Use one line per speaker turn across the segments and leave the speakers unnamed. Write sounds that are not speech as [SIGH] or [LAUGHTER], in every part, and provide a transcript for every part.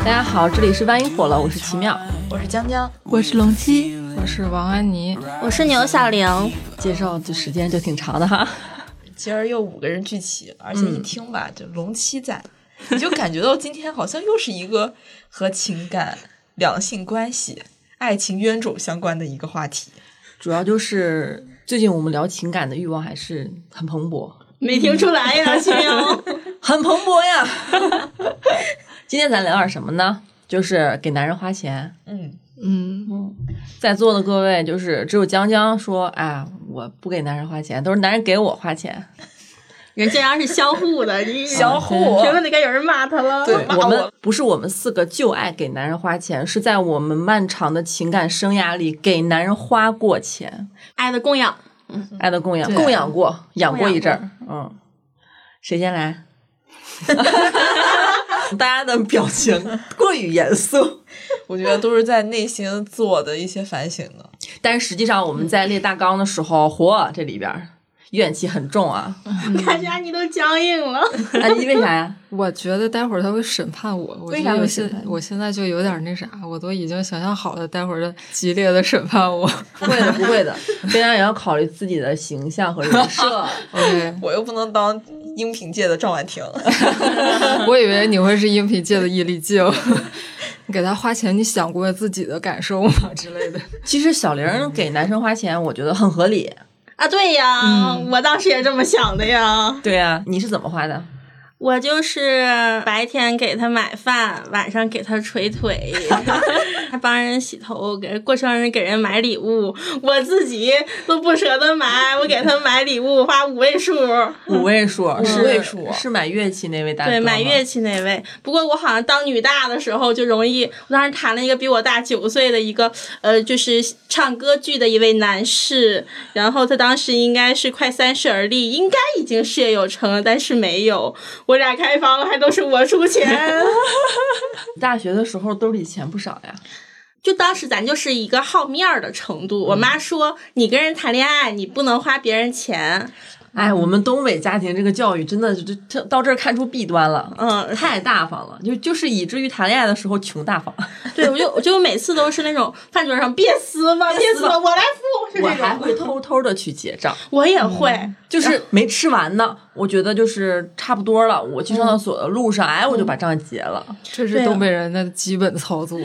大家好，这里是万一火了，我是奇妙。
我是江江，
我是龙七，
我是王安妮，
我是牛小玲，
介绍的时间就挺长的哈，
今儿又五个人聚齐，而且
嗯
一听吧，就龙七在，你就感觉到今天好像又是一个和情感、两性关系、爱情冤种相关的一个话题。
主要就是最近我们聊情感的欲望还是很蓬勃，
没听出来
[LAUGHS]
呀，亲友。
很蓬勃呀。 [LAUGHS] 今天咱聊点什么呢？就是给男人花钱。
嗯，
嗯，
在座的各位，就是只有江江说，哎，我不给男人花钱，都是男人给我花钱。
人家是相互的，
相互
评论里该有人骂他了。
对骂
我们
我
不是我们四个就爱给男人花钱，是在我们漫长的情感生涯里给男人花过钱，
爱的供养，
爱的供养，嗯
对
供养过，养过
供养
一阵儿。嗯，谁先来？ [LAUGHS] 大家的表情过于严肃，
我觉得都是在内心自我的一些反省呢。
但实际上我们在列大纲的时候，嚯，这里边儿怨气很重 [LAUGHS] 啊！
感觉安妮都僵硬了。
安妮为啥呀？
我觉得待会儿他会审判我，我
为
觉
啥
得
会
有
审
些
判你
我现在就有点那啥，我都已经想象好了待会儿的激烈的审
[LAUGHS]
判我。
不会的，不会的，非常也要考虑自己的形象和人 [LAUGHS] 设。
OK，
我又不能当音频界的赵婉婷，
[LAUGHS]
[LAUGHS]
我以为你会是音频界的易立竞，你 [LAUGHS] 给他花钱，你想过自己的感受吗 [LAUGHS] 之类的？
其实小玲儿给男生花钱，我觉得很合理。
啊，对呀，我当时也这么想的呀。
对啊呀、你是怎么花的？
[LAUGHS] 我就是白天给他买饭，晚上给他捶 [LAUGHS] 腿，还帮人洗头，给过生日给人买礼物，我自己都不舍得买，我给他买礼物花五位数。
五位数，嗯五
位数
是买乐器那位大哥
对，
吗
买乐器那位。不过我好像当女大的时候就容易，我当时谈了一个比我大九岁的一个，呃，就是唱歌剧的一位男士，然后他当时应该是快三十而立，应该已经事业有成了，但是没有，我俩开房还都是我出 [LAUGHS] 钱。
大学的时候兜里钱不少呀。
就当时咱就是一个好面儿的程度，我妈说你跟人谈恋爱，你不能花别人钱，
哎，我们东北家庭这个教育真的就这到这儿看出弊端了，
嗯，
太大方了，就就是以至于谈恋爱的时候穷大方。
对我 [LAUGHS] 就我就每次都是那种饭桌上别撕吧，别撕吧，我来付，是
我
这
还
种，
会偷偷的去结 [LAUGHS] 账，
我也会。
就是没吃完呢，我觉得就是差不多了，我去上厕所的路上，哎，我就把账结了。
这
对
是
啊
东北人的基本
[LAUGHS]
操作。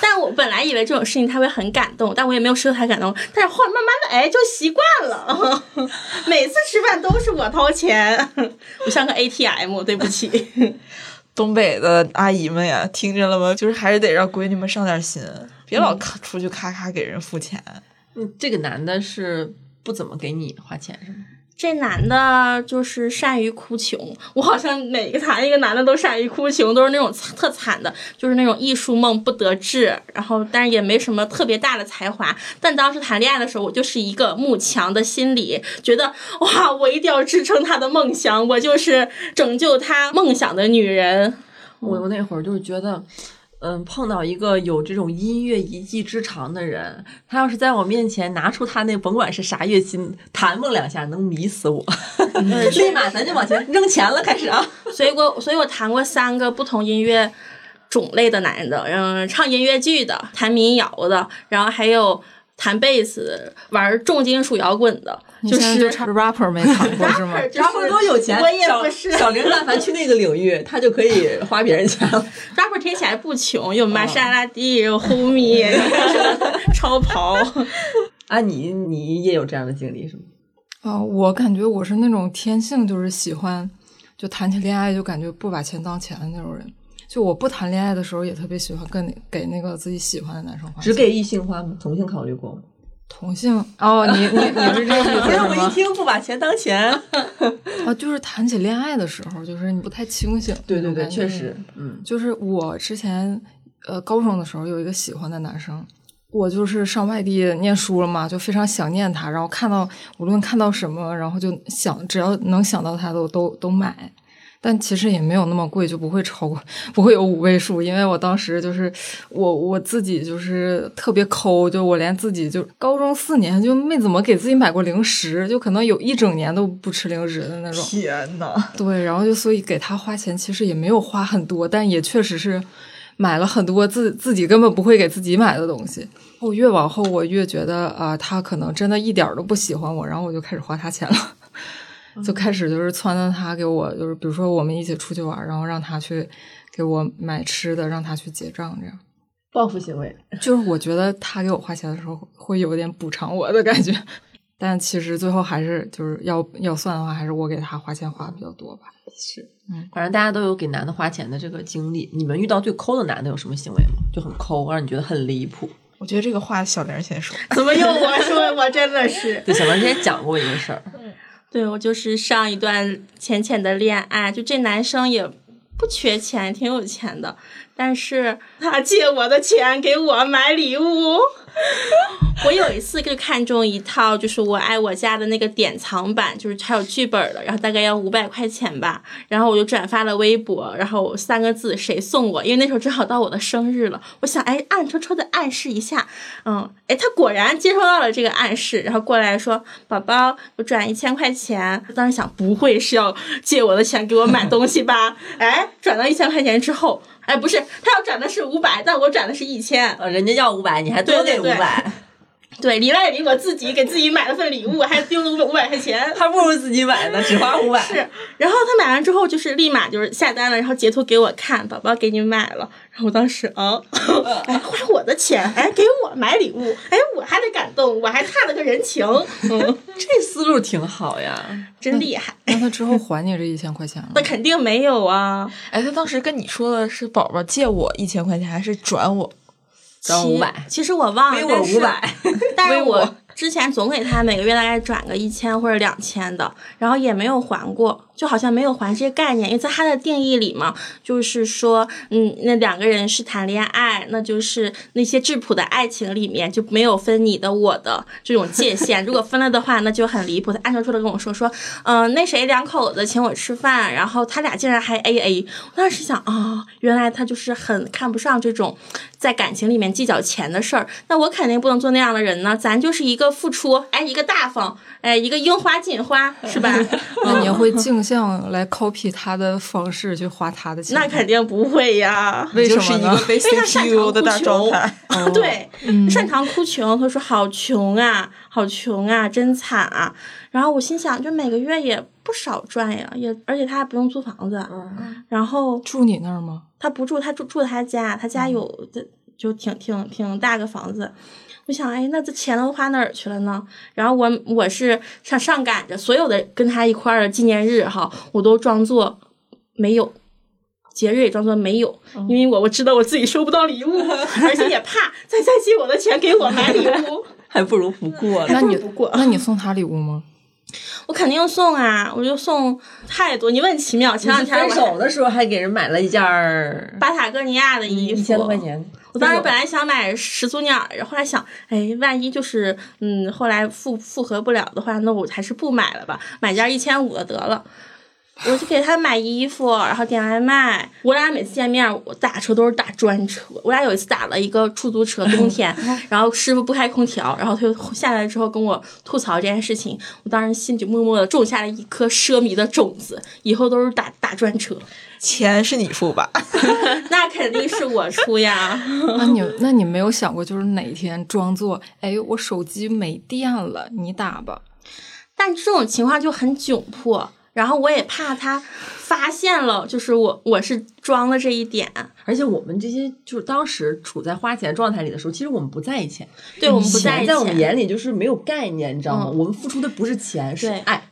但我本来以为这种事情他会很感动，但我也没有说他感动。但是后来慢慢的，哎，就习惯了。 [LAUGHS] 每次吃饭都是我掏钱，我像个 ATM，对不起。
东北的阿姨们呀，听着了吗？就是还是得让闺女们上点心，别
嗯
老咔出去咔咔给人付钱。
嗯，这个男的是不怎么给你花钱是吗？
这男的就是善于哭穷， [LAUGHS] 我好像每个谈一个男的都善于哭穷，都是那种特惨的，就是那种艺术梦不得志，然后但是也没什么特别大的才华。但当时谈恋爱的时候，我就是一个慕强的心理，觉得哇，我一定要支撑他的梦想，我就是拯救他梦想的女人。
我我那会儿就是觉得，嗯，碰到一个有这种音乐一技之长的人，他要是在我面前拿出他那甭管是啥乐器，弹蹦两下，能迷死我， [LAUGHS] 立马嗯咱就往前扔钱了，开始 [LAUGHS] 啊！
所以我所以我谈过三个不同音乐种类的男的，嗯，唱音乐剧的，弹民谣的，然后还有弹贝斯、玩重金属摇滚的，
你
就。
现在就是差 rapper 没谈
[LAUGHS]
[LAUGHS]
过是吗？
然后多有钱，
我也不
小
是
小玲，但凡去那个领域，他就可以花别人钱了。
rapper 听起来不穷，
嗯
有玛莎拉蒂，有 Homie，超 [LAUGHS] 跑，
啊，你你也有这样的经历是吗？
啊，我感觉我是那种天性就是喜欢，就谈起恋爱就感觉不把钱当钱的那种人。就我不谈恋爱的时候，也特别喜欢跟那给那个自己喜欢的男生花钱。
只给异性花吗？同性考虑过吗？
同性哦，你你你是这个意 [LAUGHS] 思是吗？
听不把钱当钱。
啊，就是谈起恋爱的时候，就是你不太清醒。
对对对，
感觉
确实，嗯，
就是我之前呃高中的时候有一个喜欢的男生，我就是上外地念书了嘛，就非常想念他，然后看到无论看到什么，然后就想只要能想到他的我都都买。但其实也没有那么贵，就不会超过， [LAUGHS] 不会有五位数。因为我当时就是我我自己就是特别抠，就我连自己就高中四年就没怎么给自己买过零食，就可能有一整年都不吃零食的那种。
天呐，
对，然后就所以给他花钱，其实也没有花很多，但也确实是买了很多自自己根本不会给自己买的东西。我越往后，我越觉得啊、他可能真的一点儿都不喜欢我，然后我就开始花他钱了， [LAUGHS] 就
嗯
开始就是撺掇他给我，就是比如说我们一起出去玩儿，然后让他去给我买吃的，让他去结账，这样
报复行为。
就是我觉得他给我花钱的时候会有点补偿我的感觉， [LAUGHS] 但其实最后还是就是要要算的话，还是我给他花钱花比较多吧。
反正大家都有给男的花钱的这个经历。你们遇到最抠的男的有什么行为吗？就很抠，让你觉得很离谱。
我觉得这个话小玲儿先说。
怎么又我说我真的是？
对，小王之前讲过一个事儿，
对我就是上一段浅浅的恋爱，就这男生也不缺钱，挺有钱的，但是 [LAUGHS] 他借我的钱给我买礼物。 [LAUGHS] 我有一次就看中一套，就是我爱我家的那个典藏版，就是还有剧本的，然后大概要五百块钱吧。然后我就转发了微博，然后三个字谁送我？因为那时候正好到我的生日了，我想哎暗戳戳的暗示一下，嗯，哎他果然接收到了这个暗示，然后过来说宝宝我转一千块钱。当时想不会是要借我的钱给我买东西吧？哎，转到一千块钱之后。哎，不是，他要转的是五百，但我转的是一千。
呃，人家要五百，你还多
对
给
对
五
对
[LAUGHS] 百，
对，里外里我自己给自己买了份礼物，还丢了五五百块钱。 [LAUGHS]
还不如自己买呢，只花五百。
是，然后他买完之后就是立马就是下单了，然后截图给我看，宝宝给你买了。然后我当时啊，哎，花我的钱，哎，给我买礼物，哎，我还得感动，我还差了个人情，嗯，
这思路挺好呀。
真厉害。
那他之后还你这一千块钱了
那？肯定没有啊，
哎，他当时跟你说的是宝宝借我一千块钱，还是转我？
转
其
500
其实我忘了，
给我
但是
五百，
但是
微
我
我
之前总给他每个月大概转个一千或者两千的，然后也没有还过，就好像没有还这个概念，因为在他的定义里嘛，就是说，嗯，那两个人是谈恋爱，那就是那些质朴的爱情里面就没有分你的我的这种界限，如果分了的话，那就很离谱。他暗戳戳的跟我说说，嗯、那谁两口子请我吃饭，然后他俩竟然还 A A，我当时想啊、原来他就是很看不上这种在感情里面计较钱的事儿，那我肯定不能做那样的人呢。咱就是一个付出，哎，一个大方，哎，一个樱花尽花，是吧？ [LAUGHS]
那你会镜像来 copy 他的方式去花他的钱？
那肯定不会呀。
为什
就是
么
一
呢
[LAUGHS] 个？被
因为他擅
CPU
长
的
哭
大状 [LAUGHS]
穷
态。，
[LAUGHS] 对，擅长哭穷。他说好穷啊，好穷啊，真惨啊。然后我心想，就每个月也不少赚呀，也而且他还不用租房子，然后
住你那儿吗？
他不住，他住住他家，他
嗯
家有的、就挺挺挺大个房子。我想，哎，那这钱都花哪儿去了呢？然后我我是上上赶着所有的跟他一块儿的纪念日哈，我都装作没有，节日也装作没有，
哦
因为我我知道我自己收不到礼
[LAUGHS]
物，而且也怕再再借我的钱给我买礼
[LAUGHS]
物，
还不如不过呢。
那你
不过
那你送他礼物吗？
我肯定送啊，我就送太多，你问其妙。前两
你分
天我
手
还
的时候还给人买了一件儿
巴塔哥尼亚的衣服，
一千多块钱，
我当时本来想买始祖鸟，然后后来想，哎，万一就是嗯，后来复复合不了的话，那我还是不买了吧，买件一千五的得了。我就给他买衣服，然后点外卖。我俩每次见面，我打车都是打专车。我俩有一次打了一个出租车，冬天，然后师傅不开空调，然后他就下来之后跟我吐槽这件事情。我当时心里默默的种下了一颗奢靡的种子，以后都是打打专车，
钱是你付 [LAUGHS] 吧？
那肯定是我出呀。
那你那你没有想过，就是哪天装作哎，我手机没电了，你打吧。
但这种情况就很窘迫，然后我也怕他发现了，就是我我是装了这一点，
而且我们这些就是当时处在花钱状态里的时候，其实我们不在意钱，
对我们不在
钱嗯
意
在我们
钱。
眼里就是没有概念，你知道吗？我们付出的不是钱，是
对
爱。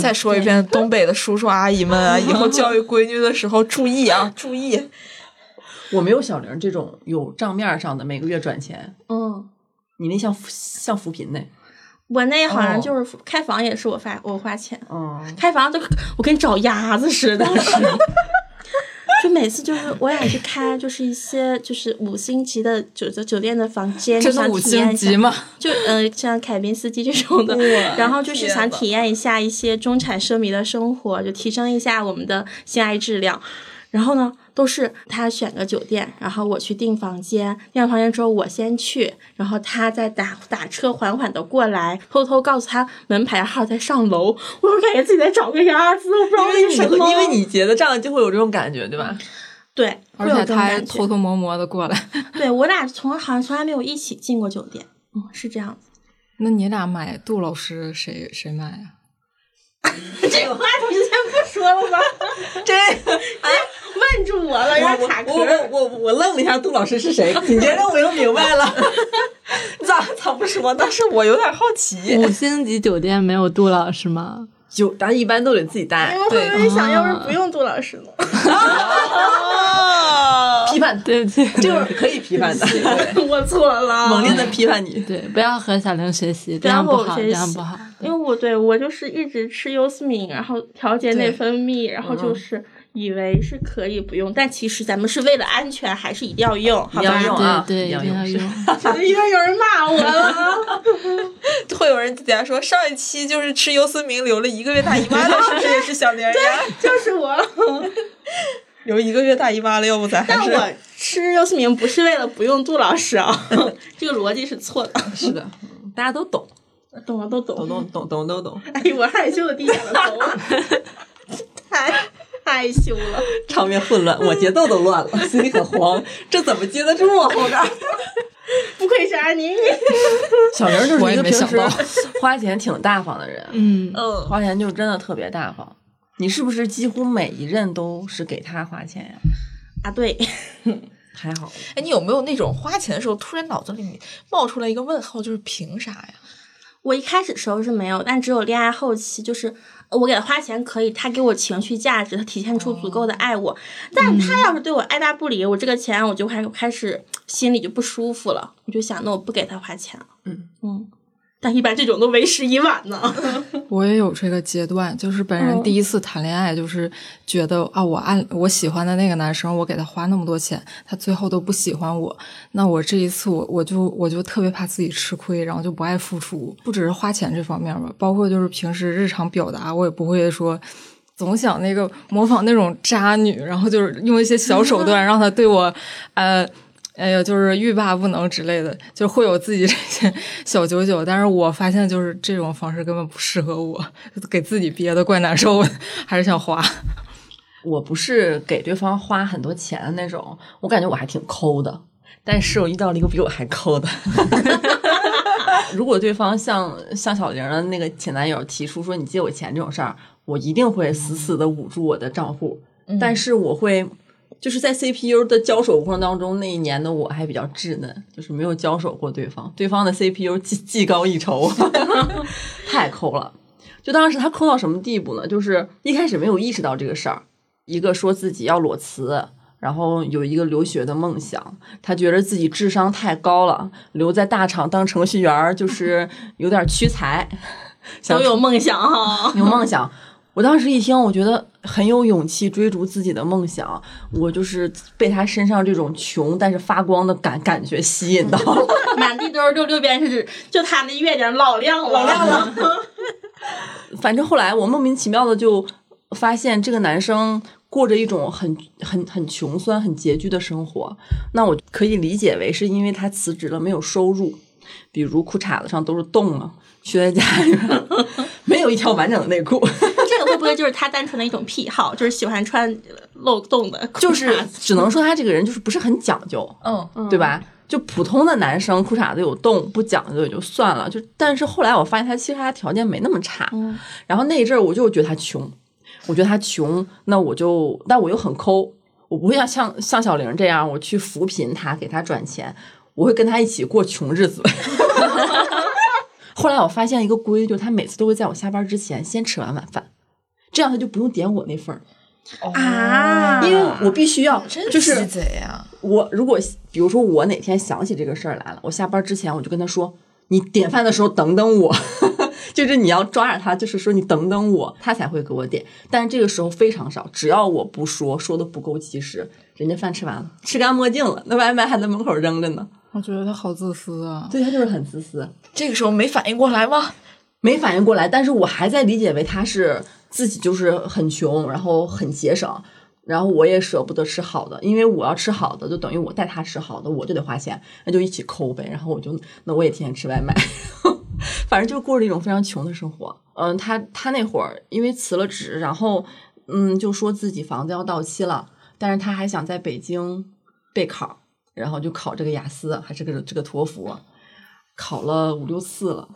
再说一遍，东北的叔叔阿姨们啊，以后教育闺女的时候注意啊， [LAUGHS] 注意。
我没有小玲这种有账面上的每个月转钱，
嗯，
你那像扶像扶贫呢。
我那好像
哦
就是开房也是我发我花钱，
嗯，
开房就我跟找鸭子似的。 [LAUGHS] 就每次就是我想去开，就是一些就是五星级的酒酒酒店的房间，就
这是
想
五
体
星
验一下
级，吗？
就呃像凯宾斯基这种的，然后就是想体验一下一些中产奢靡的生活，就提升一下我们的性爱质量。然后呢，都是他选个酒店，然后我去订房间，订完房间之后我先去，然后他再打打车缓缓的过来，偷偷告诉他门牌号再上楼。我感觉自己在找个鸭子，我不知道
因为
什
你
么。
因为你结的账就会有这种感觉，对吧？
对，
而
会有
且
这种
他还
感觉
偷偷摸摸的过来， [LAUGHS]
对我俩从好像从来没有一起进过酒店，嗯，是这样子。
那你俩买杜老师谁谁买啊？
这个话题就先不说了
[LAUGHS]
吧，哎
这
[LAUGHS] 问住我了，让卡壳
我我
儿。
我我我愣了一下，杜老师是谁？紧接着我又明白
[LAUGHS]
了，你咋咋不说呢？
但是我有点好奇，
五星级酒店没有杜老师吗？
酒咱一般都得自己带
你，们会不会想要
啊
是不用杜老师呢？ [LAUGHS]
批判他，
对不起，
这会儿可以批判的，
我错了，
猛烈的批判你。
对，不要和小玲学习，这
然
样
后
不
我
好，
学
这样
习
不好。
因为我对我就是一直吃优思明，然后调节内分泌，然后
嗯
就是以为是可以不用，但其实咱们是为了安全，还是一定要用，好
一定要
吧？
用啊
对
一
对，一
定
定
要
要用。
一定有人骂我了， [LAUGHS]
会有人底下说上一期就是吃优思明留了一个月大姨妈的，是不是也是小玲呀？
就
[LAUGHS]
是我。
留一个月大姨妈了，要不咱还
但
是
我吃优思明不是为了不用杜老师啊， [LAUGHS] 这个逻辑是错的。
是
[LAUGHS]
的，嗯大家都懂，
懂了都
懂
懂。
懂懂懂都懂，
[LAUGHS] 哎，我害羞的低下了头，太害羞 [LAUGHS] 了。
[LAUGHS] 场面混乱，我节奏都乱了，心里很慌，这怎么接得住啊？后边儿。
不愧是安妮，
小玲儿就是
我
一
也
个
没
平
想
时
到
[LAUGHS] 花钱挺大方的人，
嗯，
嗯，
花钱就真的特别大方。你是不是几乎每一任都是给他花钱呀？
啊，对，
还好，
哎，你有没有那种花钱的时候突然脑子里冒出来一个问号，就是凭啥呀？
我一开始时候是没有，但只有恋爱后期，就是呃我给他花钱可以，他给我情绪价值，他体现出足够的爱我。但他要是对我爱答不理，我这个钱我就开开始心里就不舒服了，我就想，那我不给他花钱了。
嗯
嗯，但一般这种都为时已晚呢。
我也有这个阶段，就是本人
嗯
第一次谈恋爱，就是觉得、啊，我爱我喜欢的那个男生，我给他花那么多钱，他最后都不喜欢我，那我这一次我我就我就特别怕自己吃亏，然后就不爱付出，不只是花钱这方面吧，包括就是平时日常表达，我也不会说。总想那个模仿那种渣女，然后就是用一些小手 [LAUGHS] 段让她对我，呃，哎呀，就是欲罢不能之类的，就会有自己这些小九九。但是我发现就是这种方式根本不适合我，给自己憋得怪难受的，还是想花。
我不是给对方花很多钱的那种，我感觉我还挺抠的。但是我遇到了一个比我还抠的。 [LAUGHS] 如果对方像像小玲儿的那个前男友提出说你借我钱这种事儿，我一定会死死的捂住我的账户。但是我会就是在 CPU 的交手过程当中，那一年的我还比较稚嫩，就是没有交手过对方，对方的 CPU 技技高一筹， [LAUGHS] 太抠了。就当时他抠到什么地步呢？就是一开始没有意识到这个事儿，一个说自己要裸辞，然后有一个留学的梦想，他觉得自己智商太高了，留在大厂当程序员儿就是有点屈才，想
都有梦想哈、
有梦想。我当时一听，我觉得很有勇气追逐自己的梦想。我就是被他身上这种穷但是发光的感感觉吸引到了。
满地都是六六便士纸，就他那月亮老亮了，老亮了。
反正后来我莫名其妙的就发现这个男生过着一种很很很穷酸、很拮据的生活。那我可以理解为是因为他辞职了，没有收入，比如裤衩子上都是洞啊，缺在家里边 [LAUGHS] 没有一条完整的内裤。
[LAUGHS] 这个会不会就是他单纯的一种癖好，就是喜欢穿漏洞的裤衩？
就是
[LAUGHS]
只能说他这个人就是不是很讲究，
嗯，
对吧？就普通的男生裤衩子有洞不讲究也就算了，就但是后来我发现他其实他条件没那么差，
嗯
然后那一阵儿我就觉得他穷，我觉得他穷，那我就但我又很抠，我不会像像像小玲这样我去扶贫他给他转钱，我会跟他一起过穷日子。 [LAUGHS] 后来我发现一个规律，就是他每次都会在我下班之前先吃完晚饭，这样他就不用点我那份儿，
啊
因为我必须要
真
就是
鸡贼啊！
我如果比如说我哪天想起这个事儿来了，我下班之前我就跟他说，你点饭的时候等等我， [LAUGHS] 就是你要抓着他，就是说你等等我， [LAUGHS] 他才会给我点。但是这个时候非常少，只要我不说，说的不够及时，人家饭吃完了，吃干抹净了，那外卖还在门口扔着呢。
我觉得他好自私啊！
对他就是很自私，
这个时候没反应过来吗？
没反应过来，但是我还在理解为他是自己就是很穷，然后很节省，然后我也舍不得吃好的，因为我要吃好的，就等于我带他吃好的，我就得花钱，那就一起抠呗。然后我就那我也天天吃外卖， [LAUGHS] 反正就过着一种非常穷的生活。嗯，他他那会儿因为辞了职，然后嗯就说自己房子要到期了，但是他还想在北京备考，然后就考这个雅思还是这个这个托福，考了五六次了。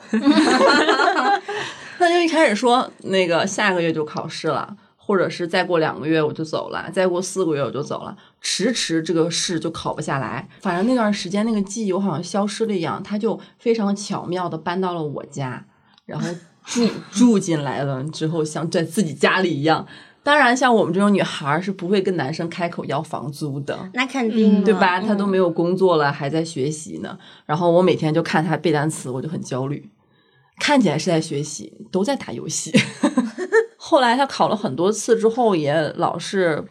他就一开始说那个下个月就考试了，或者是再过两个月我就走了，再过四个月我就走了，迟迟这个试就考不下来。反正那段时间那个记忆我好像消失了一样，他就非常巧妙的搬到了我家，然后住住进来了之后，像在自己家里一样。当然，像我们这种女孩儿是不会跟男生开口要房租的，
那肯定、
嗯
对吧？
嗯
他都没有工作了，还在学习呢。然后我每天就看他背单词，我就很焦虑。看起来是在学习，都在打游戏。 [LAUGHS] 后来他考了很多次之后，也老是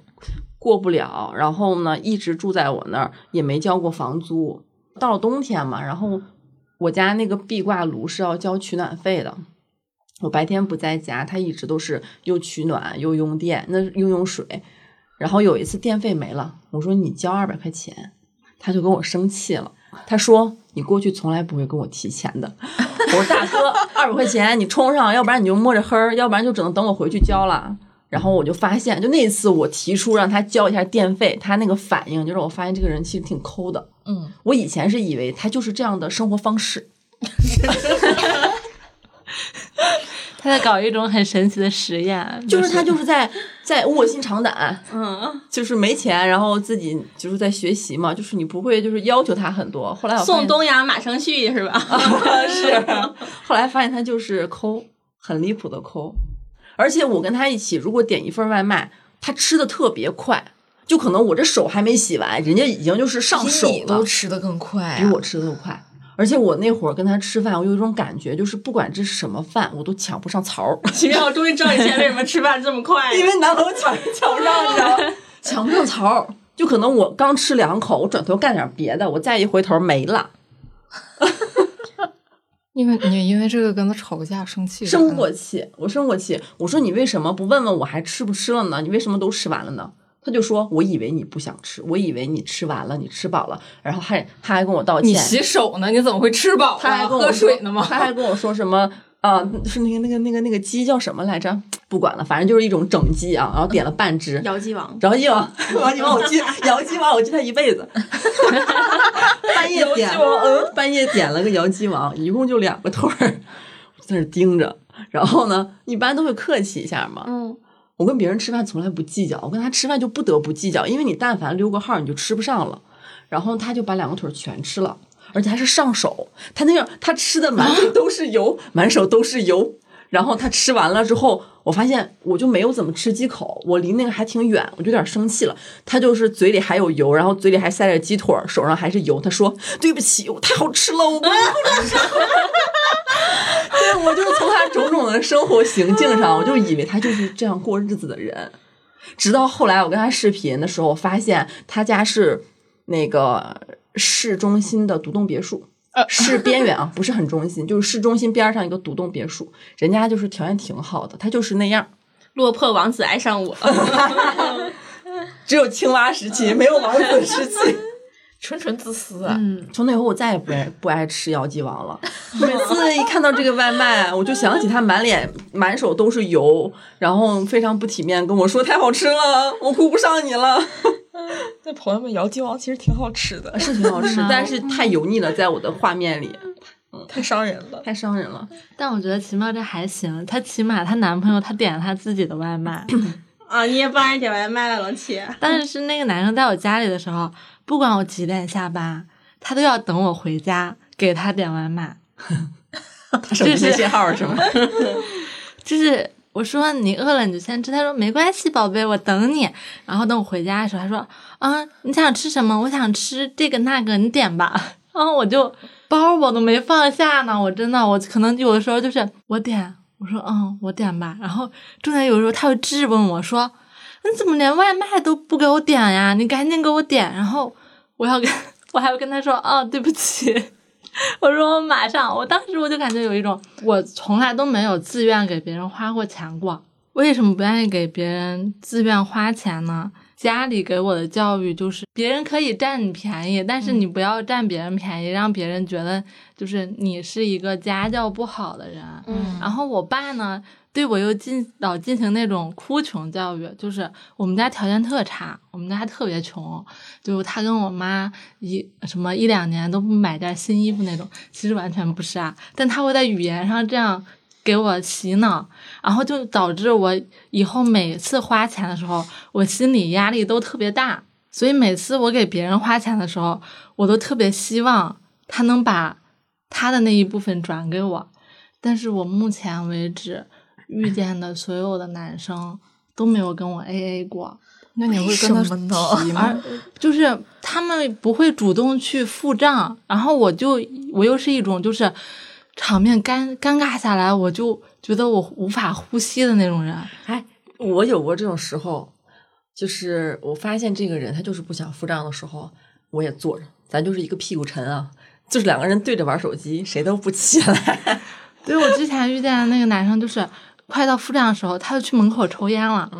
过不了。然后呢，一直住在我那儿，也没交过房租。到了冬天嘛，然后我家那个壁挂炉是要交取暖费的。我白天不在家，他一直都是又取暖又用电，那又用水。然后有一次电费没了，我说你交二百块钱，他就跟我生气了。他说你过去从来不会跟我提钱的。我说大哥， [LAUGHS] 二百块钱你充上，要不然你就摸着黑儿，要不然就只能等我回去交了。然后我就发现，就那一次我提出让他交一下电费，他那个反应就让我发现这个人其实挺抠的。
嗯，
我以前是以为他就是这样的生活方式，
他在搞一种很神奇的实 [LAUGHS] 验，
就是他就是在在卧薪尝胆，
嗯，
就是没钱，然后自己就是在学习嘛，就是你不会就是要求他很多。后来我发
宋
现
东阳马上旭是吧？[LAUGHS]
哦
是， [LAUGHS] 后来发现他就是抠，很离谱的抠。而且我跟他一起，如果点一份外卖，他吃的特别快，就可能我这手还没洗完，人家已经就是上
比
手
你
了
都，吃的更快、啊，
比我吃的都快。而且我那会儿跟他吃饭，我有一种感觉，就是不管这是什么饭，我都抢不上槽儿，
徐淼终于知道以前为什么吃饭这么快
[LAUGHS]
了，[LAUGHS]
因为男朋友抢抢不上，你知道 [LAUGHS] 吗？抢不上槽儿，就可能我刚吃两口，我转头干点别的，我再一回头没了。
因为你因为这个跟他吵架生气啥的，
生过气，我生过气。我说你为什么不问问我还吃不吃了呢？你为什么都吃完了呢？他就说我以为你不想吃，我以为你吃完了，你吃饱了，然后还他还跟我道
你
歉，
洗手呢？你怎么会吃饱啊
他还跟我
喝
说
水呢吗？
他还跟我说什么？啊，是那个那个那个那个鸡叫什么来着？不管了，反正就是一种整鸡啊，然后点了半只，
姚记王。
然后 [LAUGHS] 一网王一王我记， [LAUGHS] 姚鸡王我记他一辈子， [LAUGHS] 半夜 [LAUGHS] 点了，嗯半夜点了个姚鸡王，一共就两个腿儿，我在那儿盯着。然后呢，一般都会客气一下嘛。
嗯，
我跟别人吃饭从来不计较，我跟他吃饭就不得不计较，因为你但凡溜个号你就吃不上了。然后他就把两个腿儿全吃了，而且还是上手，他那样他吃的满手都是油，满手都是油。然后他吃完了之后，我发现我就没有怎么吃几口，我离那个还挺远，我就有点生气了。他就是嘴里还有油，然后嘴里还塞着鸡腿儿，手上还是油。他说：“对不起，我太好吃了，我不能吃。”对， [LAUGHS] 我就是从他种种的生活行径上，我就以为他就是这样过日子的人。直到后来我跟他视频的时候，我发现他家是那个市中心的独栋别墅，市边缘啊，不是很中心，就是市中心边儿上一个独栋别墅，人家就是条件挺好的，他就是那样。
落魄王子爱上我， [LAUGHS]
只有青蛙时期，没有王子时期。
纯纯自私啊！
嗯，
从那以后，我再也不爱不爱吃姚记王 [LAUGHS] 了。每次一看到这个外卖，我就想起他满脸满手都是油，然后非常不体面跟我说：“太好吃了，我顾不上你了。”
那朋友们，姚鸡王其实挺好吃的，
[LAUGHS] 是挺好吃
嗯，
[LAUGHS] 但是太油腻了，在我的画面里
太伤人了。
太伤人 [LAUGHS] 了。
但我觉得奇妙这还行，她起码她男朋友他点了他自己的外 [LAUGHS] 卖，
啊，你也帮人点外卖了，老七。
但是那个男生在我家里的时候，不管我几点下班，他都要等我回家给他点外卖。
他 [LAUGHS] 手机
这是
信号是吗？
[LAUGHS] 就是我说你饿了你就先吃，他说没关系，宝贝，我等你。然后等我回家的时 [LAUGHS] 候，他说啊，你想吃什么？我想吃这个那个，你点吧。然后我就包我都没放下呢，我真的，我可能有的时候就是我点，我说嗯，我点吧，然后重点有时候他会质问我说，你怎么连外卖都不给我点呀？你赶紧给我点，然后我要跟 [LAUGHS] 我还要跟他说，哦，对不起， [LAUGHS] 我说我马上，我当时我就感觉有一种我从来都没有自愿给别人花过钱过，为什么不愿意给别人自愿花钱呢？家里给我的教育就是，别人可以占你便宜，但是你不要占别人便宜，让别人觉得就是你是一个家教不好的人。
嗯
然后我爸呢，对我又进老进行那种哭穷教育，就是我们家条件特差，我们家特别穷，就他跟我妈一什么一两年都不买件新衣服那种，其实完全不是啊，但他会在语言上这样给我洗脑，然后就导致我以后每次花钱的时候，我心理压力都特别大，所以每次我给别人花钱的时候，我都特别希望他能把他的那一部分转给我，但是我目前为止遇见的所有的男生都没有跟我 AA 过，
[LAUGHS] 那你会跟他
为什么呢
[LAUGHS]
提吗
而？就是他们不会主动去付账，然后我就我又是一种就是场面尴尴尬下来，我就觉得我无法呼吸的那种人。
哎，我有过这种时候，就是我发现这个人他就是不想付账的时候，我也坐着，咱就是一个屁股沉啊，就是两个人对着玩手机，谁都不起来。
对我之前遇见的那个男生，就是快到付账的时候，他就去门口抽烟了。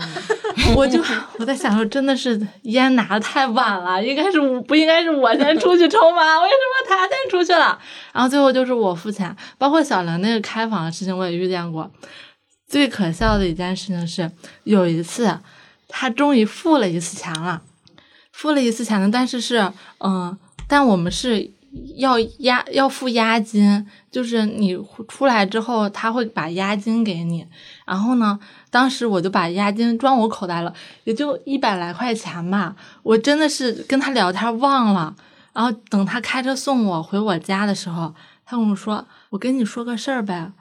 我就我在想说，真的是烟拿的太晚了，应该是我不应该是我先出去抽吗？为什么他先出去了？然后最后就是我付钱，包括小玲那个开房的事情，我也遇见过。最可笑的一件事情是，有一次他终于付了一次钱了，付了一次钱呢，但是是嗯、呃但我们是要押要付押金，就是你出来之后他会把押金给你，然后呢，当时我就把押金装我口袋了，也就一百来块钱吧，我真的是跟他聊天忘了，然后等他开车送我回我家的时候，他跟我说：“我跟你说个事儿呗。”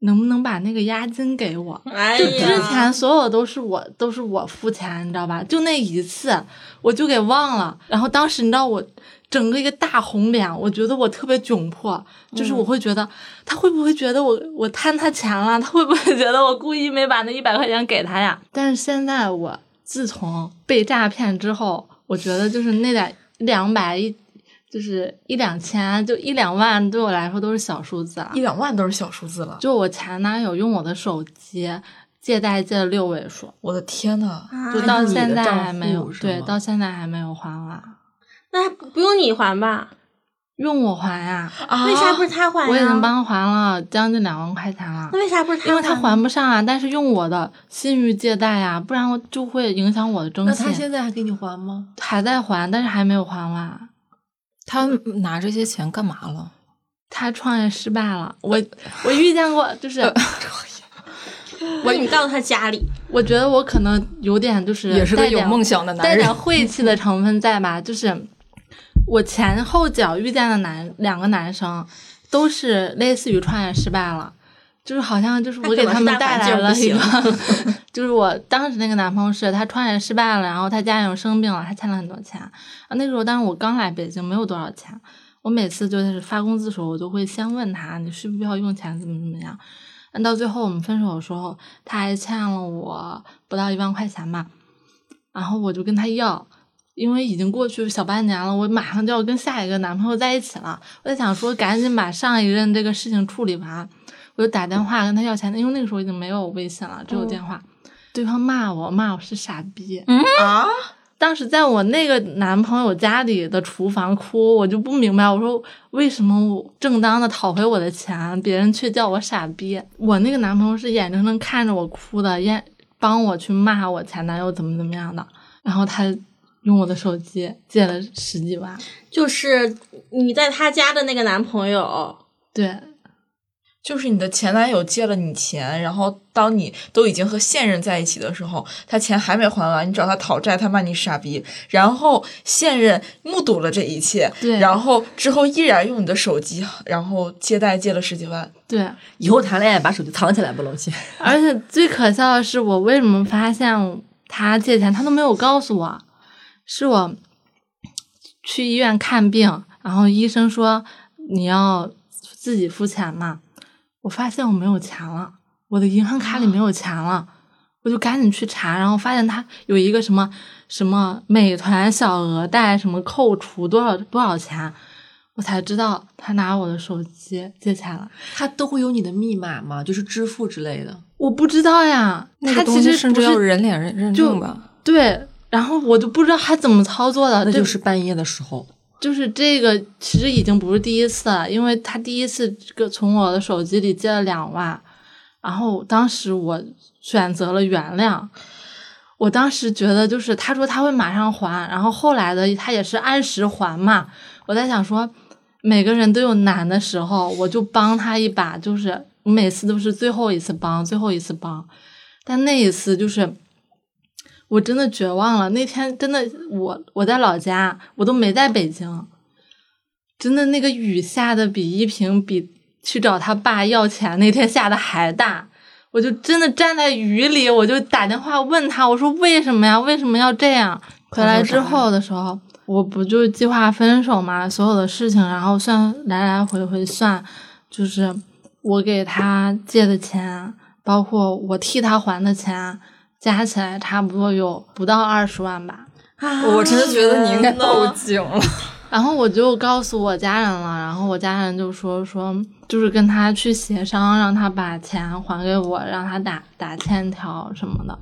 能不能把那个押金给我？
哎
就之
呀，
前所有都是我都是我付钱，你知道吧？就那一次，我就给忘了。然后当时你知道我整个一个大红脸，我觉得我特别窘迫，就是我会觉得、他会不会觉得我我贪他钱了？他会不会觉得我故意没把那一百块钱给他呀？但是现在我自从被诈骗之后，我觉得就是那点两百一。就是一两千，就一两万，对我来说都是小数字了。啊
一两万都是小数字了，
就我前男友用我的手机借贷借了六位数，
我的天呐！
啊
就
那
到
你的
现在
账
还没有
户，是
对，
吗
到现在还没有还完，
那不用你还吧？
用我还呀、
啊
为啥不是他还
哎
呀？
我已经帮他还了将近两万块钱了
那。为啥不是他？
因为他还不上啊，但是用我的信誉借贷啊，不然我就会影响我的征
那他
信。
现在还给你还吗？
还在还，但是还没有还完。
他拿这些钱干嘛了？
他创业失败了，
呃
我我遇见过，就是
我你告诉他家里，
我觉得我可能有点就是
也是个
带
有
点
梦想的
带
男人
点。晦气的成分在吧？就是我前后脚遇见的男两个男生，都是类似于创业失败了，就是好像就是我给他们带来了一个，就是我当时那个男朋友是他创业失败了，然后他家人又生病了，他欠了很多钱。啊，那时候当时我刚来北京，没有多少钱，我每次就是发工资的时候，我就会先问他你需不需要用钱，怎么怎么样。但到最后我们分手的时候，他还欠了我不到一万块钱吧，然后我就跟他要，因为已经过去小半年了，我马上就要跟下一个男朋友在一起了，我在想说赶紧把上一任这个事情处理完，我就打电话跟他要钱，因为那个时候已经没有微信了，只有电话。对方骂我，骂我是傻逼。
啊，
当时在我那个男朋友家里的厨房哭，我就不明白，我说为什么我正当的讨回我的钱，别人却叫我傻逼？我那个男朋友是眼睁睁看着我哭的，眼帮我去骂我前男友怎么怎么样的，然后他用我的手机借了十几万，
就是你在他家的那个男朋友，
对，
就是你的前男友借了你钱，然后当你都已经和现任在一起的时候，他钱还没还完，你找他讨债，他骂你傻逼，然后现任目睹了这一切，
对
然后之后依然用你的手机，然后借贷借了十几万，
对，
以后谈恋爱把手机藏起来吧，龙七。
[LAUGHS] 而且最可笑的是，我为什么发现他借钱，他都没有告诉我，是我去医院看病，然后医生说你要自己付钱嘛。我发现我没有钱了，我的银行卡里没有钱了，我就赶紧去查，然后发现它有一个什么什么美团小额贷什么扣除多少多少钱，我才知道他拿我的手机借钱了。
它都会有你的密码吗？就是支付之类的。
我不知道呀，
那
他
个东
其
西
实
甚
不
至
是
要人脸认认
就
证吧？
对，然后我就不知道他怎么操作
[LAUGHS]
的，
那
这
就是半夜的时候，
就是这个其实已经不是第一次了，因为他第一次这个从我的手机里借了两万，然后当时我选择了原谅。我当时觉得就是他说他会马上还，然后后来的他也是按时还嘛。我在想说，每个人都有难的时候，我就帮他一把，就是我每次都是最后一次帮，最后一次帮。但那一次就是我真的绝望了。那天真的，我我在老家，我都没在北京，真的那个雨下的比依萍比去找他爸要钱那天下的还大。我就真的站在雨里，我就打电话问他，我说为什么呀？为什么要这样？回来之后的时候，我不就计划分手嘛，所有的事情，然后算来来回回算，就是我给他借的钱，包括我替他还的钱，加起来差不多有不到二十万吧。
啊
我真是觉得你 [LAUGHS] 应该
天呐
报警了。
然后我就告诉我家人了，然后我家人就说说就是跟他去协商，让他把钱还给我，让他打打欠条什么的。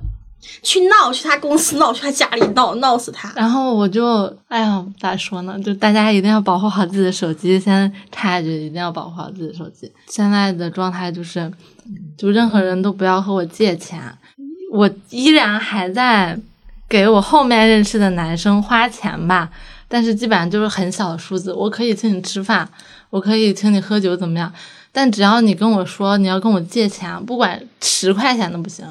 去闹，去他公司闹，去他家里闹，闹死他。
然后我就，哎呀，咋说呢？就大家一定要保护好自己的手机。先插一句，一定要保护好自己的手机。现在的状态就是，就任何人都不要和我借钱。我依然还在给我后面认识的男生花钱吧，但是基本上就是很小的数字。我可以请你吃饭，我可以请你喝酒，怎么样？但只要你跟我说你要跟我借钱，不管十块钱都不行，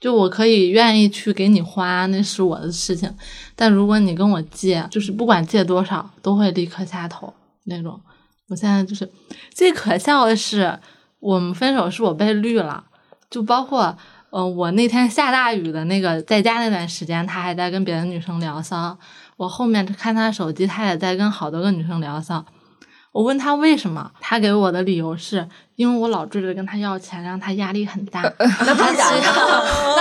就我可以愿意去给你花，那是我的事情。但如果你跟我借，就是不管借多少，都会立刻下头那种。我现在就是最可笑的是，我们分手是我被绿了，就包括嗯、呃我那天下大雨的那个在家那段时间，他还在跟别的女生聊骚。我后面看他手机，他也在跟好多个女生聊骚。我问他为什么，他给我的理由是因为我老追着跟他要钱，让他压力很大。呃那不然 [LAUGHS]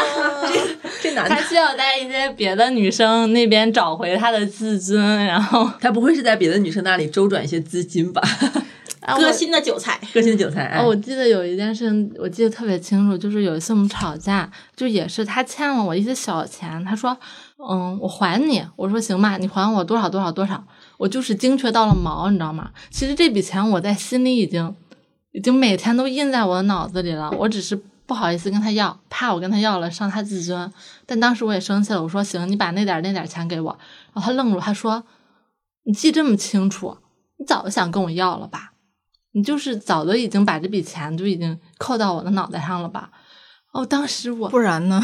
这男
他需要在一些别的女生那边找回他的自尊，然后
他不会是在别的女生那里周转一些资金吧？ [LAUGHS]
割心的韭菜，
个性韭菜，哎
哦，我记得有一件事，我记得特别清楚，就是有一次我们吵架，就也是他欠了我一些小钱，他说，嗯，我还你，我说行吧，你还我多少多少多少，我就是精确到了毛，你知道吗？其实这笔钱我在心里已经，已经每天都印在我的脑子里了，我只是不好意思跟他要，怕我跟他要了伤他自尊，但当时我也生气了，我说行，你把那点儿那点儿钱给我，然后他愣住，他说，你记这么清楚，你早就想跟我要了吧？你就是早都已经把这笔钱就已经扣到我的脑袋上了吧？哦，当时我
不然呢？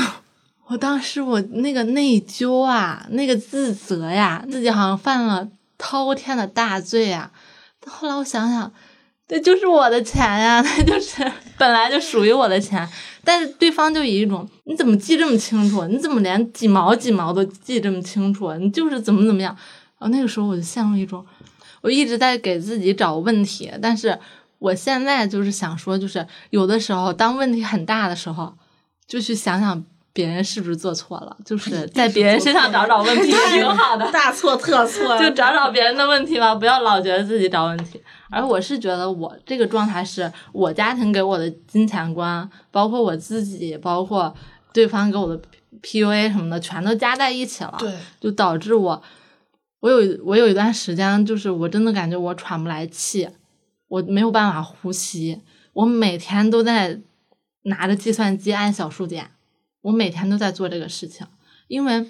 我当时我那个内疚啊，那个自责呀，自己好像犯了滔天的大罪啊。但后来我想想，这就是我的钱呀， [LAUGHS] 那就是本来就属于我的钱。但是对方就以一种你怎么记这么清楚？啊你怎么连几毛几毛都记这么清楚？啊你就是怎么怎么样？然后那个时候我就陷入一种，我一直在给自己找问题，但是我现在就是想说，就是有的时候当问题很大的时候，就去想想别人是不是做错了，就是在别人身上找找问题挺哎好的。
大错特错。
[LAUGHS] 就找找别人的问题吧，不要老觉得自己找问题。而我是觉得我这个状态是我家庭给我的金钱观，包括我自己，包括对方给我的 P- PUA 什么的，全都加在一起了。
对，
就导致我，我有我有一段时间，就是我真的感觉我喘不来气，我没有办法呼吸，我每天都在拿着计算机按小数点，我每天都在做这个事情，因为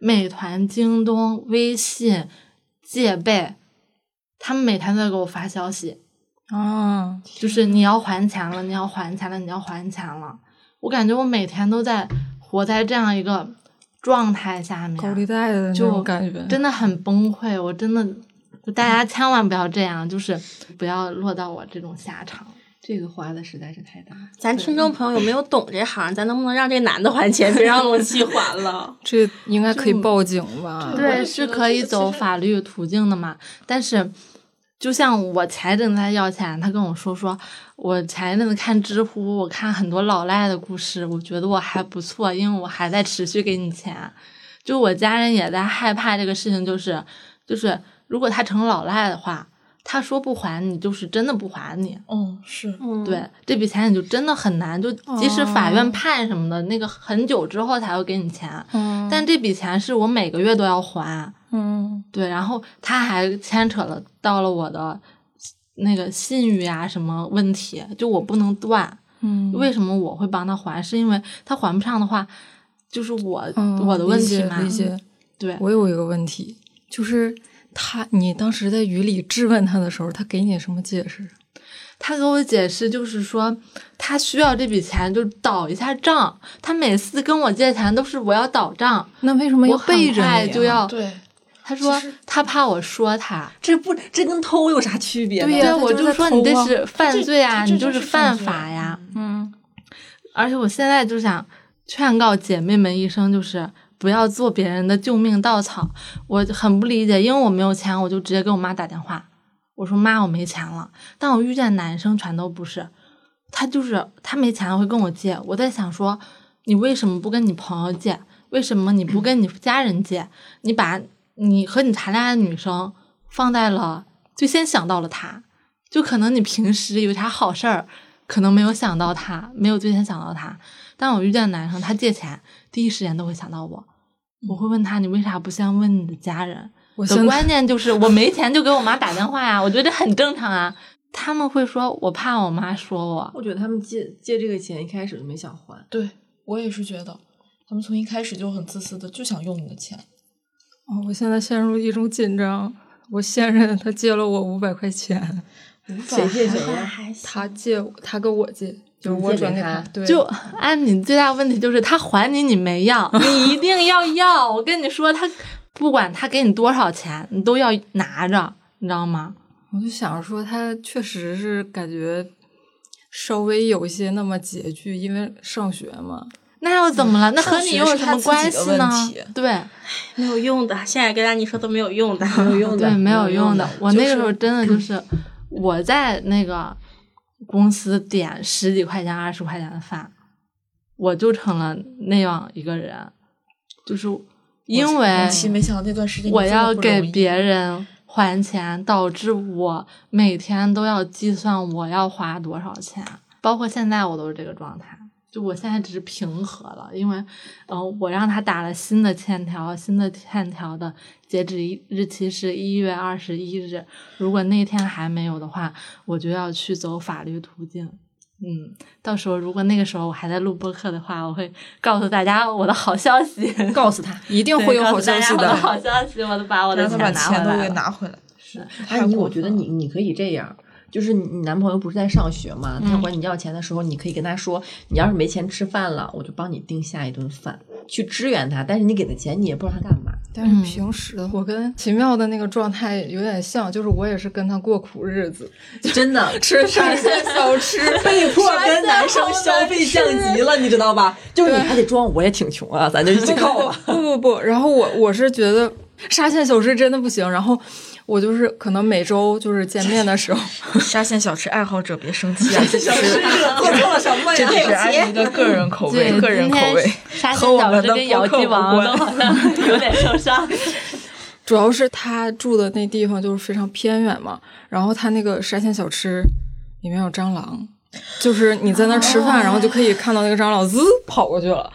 美团、京东、微信、借呗，他们每天都在给我发消息，
啊，
就是你要还钱了，你要还钱了，你要还钱了，我感觉我每天都在活在这样一个状态下
[LAUGHS]
面，
高利贷的那
就
种感觉，
真的很崩溃。我真的，就大家千万不要这样，就是不要落到我这种下场。
这个花的实在是太大了。
咱听众朋友有没有懂这行？咱能不能让这男的还钱，别让龙 [LAUGHS] 七还了？
这应该可以报警吧？
对我也
是
觉得
可以
这个
走
其实
法律途径的嘛，但是就像我前一阵子他要钱，他跟我说说，我前一阵子看知乎，我看很多老赖的故事，我觉得我还不错，因为我还在持续给你钱。就我家人也在害怕这个事情，就是就是如果他成老赖的话，他说不还你，就是真的不还你。
嗯，是，
嗯，
对，这笔钱你就真的很难，就
哦
即使法院判什么的，那个很久之后才会给你钱。
嗯，
但这笔钱是我每个月都要还，
嗯
对，然后他还牵扯了到了我的那个信誉啊什么问题，就我不能断。
嗯
为什么我会帮他还？是因为他还不上的话，就是我、
嗯
我的问题嘛。
理解理解。
对，
我有一个问题，就是他，你当时在雨里质问他的时候，他给你什么解释？
他给我解释就是说，他需要这笔钱就倒一下账。他每次跟我借钱都是我要倒账，
那为什么要
我
背
很
着
快
你啊
就要。
对，
他说
其实
他怕我说他。
这不这跟偷有啥区别呢？
对呀
对
他
我
就是在
说你这
偷啊
是犯罪啊，
这这
你
就是犯
犯
罪
法呀。
嗯
而且我现在就想劝告姐妹们一声，就是不要做别人的救命稻草。我很不理解，因为我没有钱，我就直接给我妈打电话，我说妈，我没钱了。但我遇见男生全都不是，他就是他没钱会跟我借。我在想说，你为什么不跟你朋友借？为什么你不跟你家人借？你把你和你谈恋爱的女生放在了，就先想到了她，就可能你平时有啥好事儿，可能没有想到他，没有最先想到他。但我遇见男生，他借钱第一时间都会想到我，我会问他你为啥不先问你的家人？
嗯我
的
现在
关键就是我没钱就给我妈打电话呀、我觉得很正常啊。他们会说我怕我妈说我，
我觉得他们借借这个钱一开始就没想还，
对我也是觉得，他们从一开始就很自私的，就想用你的钱。
哦，我现在陷入一种紧张。我现任他借了我五百块钱，
谁借谁
还
呀？
哎还
他借我他跟我借，就是
你
我
借
转
给
给
他
对，
就按你最大问题就是他还你你没要，你一定要要。我跟你说，他不管他给你多少钱，你都要拿着，你知道吗？
我就想着说，他确实是感觉稍微有一些那么拮据，因为上学嘛。
那又怎么了？那和
上
你
学
又有
嗯是
什
他
么
自己
关
的
系
问
呢
题？
对
没有用的，现在跟大家你说都没有 [LAUGHS] 用的，
没有用的，
对，没有用
的
的。。我
就
那个时
是
候真的就是我在那个公司点十几块钱、二十块钱的饭，我就成了那样一个人，就是因为
尤其没想到那段时间你
我
这么
要
不
给
容易
别人还钱，导致我每天都要计算我要花多少钱，包括现在我都是这个状态。就我现在只是平和了，因为，嗯、我让他打了新的欠条，新的欠条的截止一日期是一月二十一日，如果那天还没有的话，我就要去走法律途径。嗯，到时候如果那个时候我还在录播客的话，我会告诉大家我的好消息。
告诉他，
一定
对
会有
告
好
诉
消
大家
息
我
的。
[LAUGHS] 好消息，我都把我的
让他把
拿回
钱都
来
给
了。
拿回来。太
哎，你
过
我觉得
分了
你你可以这样，就是你你男朋友不是在上学嘛，他
嗯
管你要钱的时候，你可以跟他说，你要是没钱吃饭了，我就帮你订下一顿饭，去支援他。但是你给的钱，你也不知道他干嘛。
但是平时我跟嗯奇妙的那个状态有点像，就是我也是跟他过苦日子，
真的，
吃沙县小吃，
被迫跟男生消费降级了，你知道吧？就是你还得装我也挺穷啊，咱就
[LAUGHS]
一起靠吧。
不不不，然后我我是觉得沙县小吃真的不行，然后我就是可能每周就是见面的时候，
沙县小吃爱好者别生 [LAUGHS] 气啊，这只是
做错了什么
这只是阿姨的个人口味，个人口味。
沙
和
县
我
小
们
吃
的
跟
播
姚
客
记
无
王
关
都好
[LAUGHS]
像有点受伤。
主要是他住的那地方就是非常偏远嘛，然后他那个沙县小吃里面有蟑螂，就是你在那儿吃饭，然后就可以看到那个蟑螂滋跑过去了，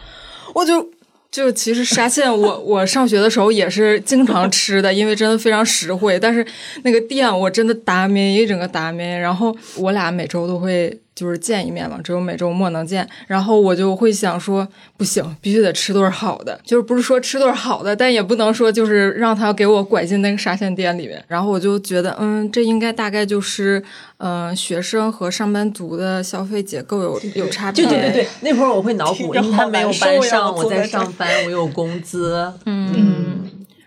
我就。就其实沙县我，我上学的时候也是经常吃的，因为真的非常实惠。但是那个店我真的打咩一整个打咩，然后我俩每周都会就是见一面嘛，只有每周末能见。然后我就会想说，不行，必须得吃顿好的，就是不是说吃顿好的，但也不能说就是让他给我拐进那个沙县店里面。然后我就觉得，嗯，这应该大概就是，嗯、学生和上班族的消费结构有有差别。
对对对对，那会儿我会脑
听
补，
着
因为他
好
没有
难受
班
呀
上，
我
我
坐
在
在这儿
上班，我有工资，
嗯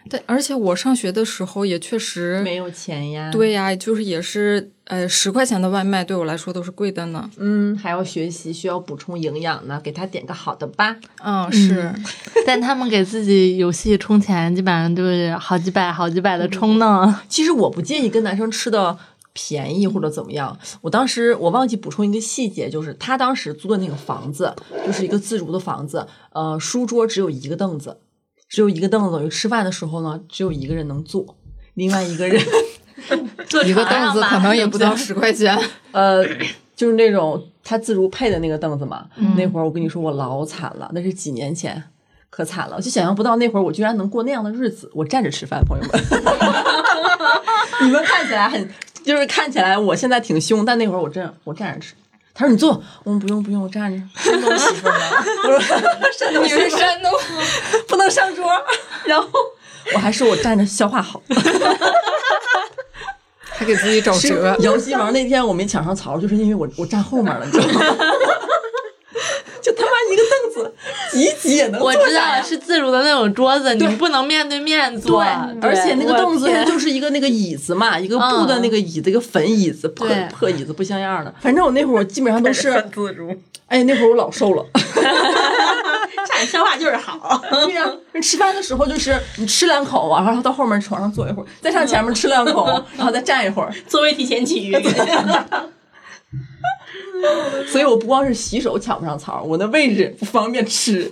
对，而且我上学的时候也确实
没有钱呀。，
对呀、就是也是，呃，十块钱的外卖对我来说都是贵的呢。
嗯，还要学习，需要补充营养呢，给他点个好的吧。
嗯，是，
但他们给自己游戏充钱，基本上就是好几百、好几百的充呢。
其实我不介意跟男生吃的便宜或者怎么样。我当时我忘记补充一个细节，就是他当时租的那个房子就是一个自如的房子，呃，书桌只有一个凳子，只有一个凳子，等于吃饭的时候呢，只有一个人能坐，另外一个人
坐
一个
床
凳
上
子
吧
可
[LAUGHS]
能也不到十块钱，
呃，就是那种他自如配的那个凳子嘛。
嗯
那会儿我跟你说，我老惨了，那是几年前，可惨了，我就想象不到那会儿我居然能过那样的日子。我站着吃饭，朋友
[LAUGHS]
们，你们看起来很，就是看起来我现在挺凶，但那会儿我真我站着吃。他说：“你坐。”我们不用不用，我站着。
[LAUGHS]
山东媳妇儿吗？
我说：“山东媳妇儿
山东
[LAUGHS] 不能上桌。”然后我还说我站着消化好。
还给自己找
是。
辙
姚西王那天我没抢上槽，就是因为我我站后面了，你知道吗？ [LAUGHS] 就他妈一个凳子，挤一挤也能坐
[LAUGHS] 我知
下
道 [LAUGHS]
呀。
是自如的那种桌子，你不能面对面坐，
而且那个
我
凳子它
天嗯
就是一个那个椅子嘛，一个布的那个椅子，一个粉椅子，破
对
破椅子不像样的。反正我那会儿基本上都 [LAUGHS] 是，
自如，
哎，那会儿我老 [LAUGHS] 瘦了。
站着消化就是好。
对呀、人吃饭的时候就是你吃两口啊，然后到后面床上坐一会儿，再上前面吃两 [LAUGHS] 口，然后再站一会儿。
座位提前 [LAUGHS] 起余，
所以我不光是洗手抢不上槽，我的位置不方便吃。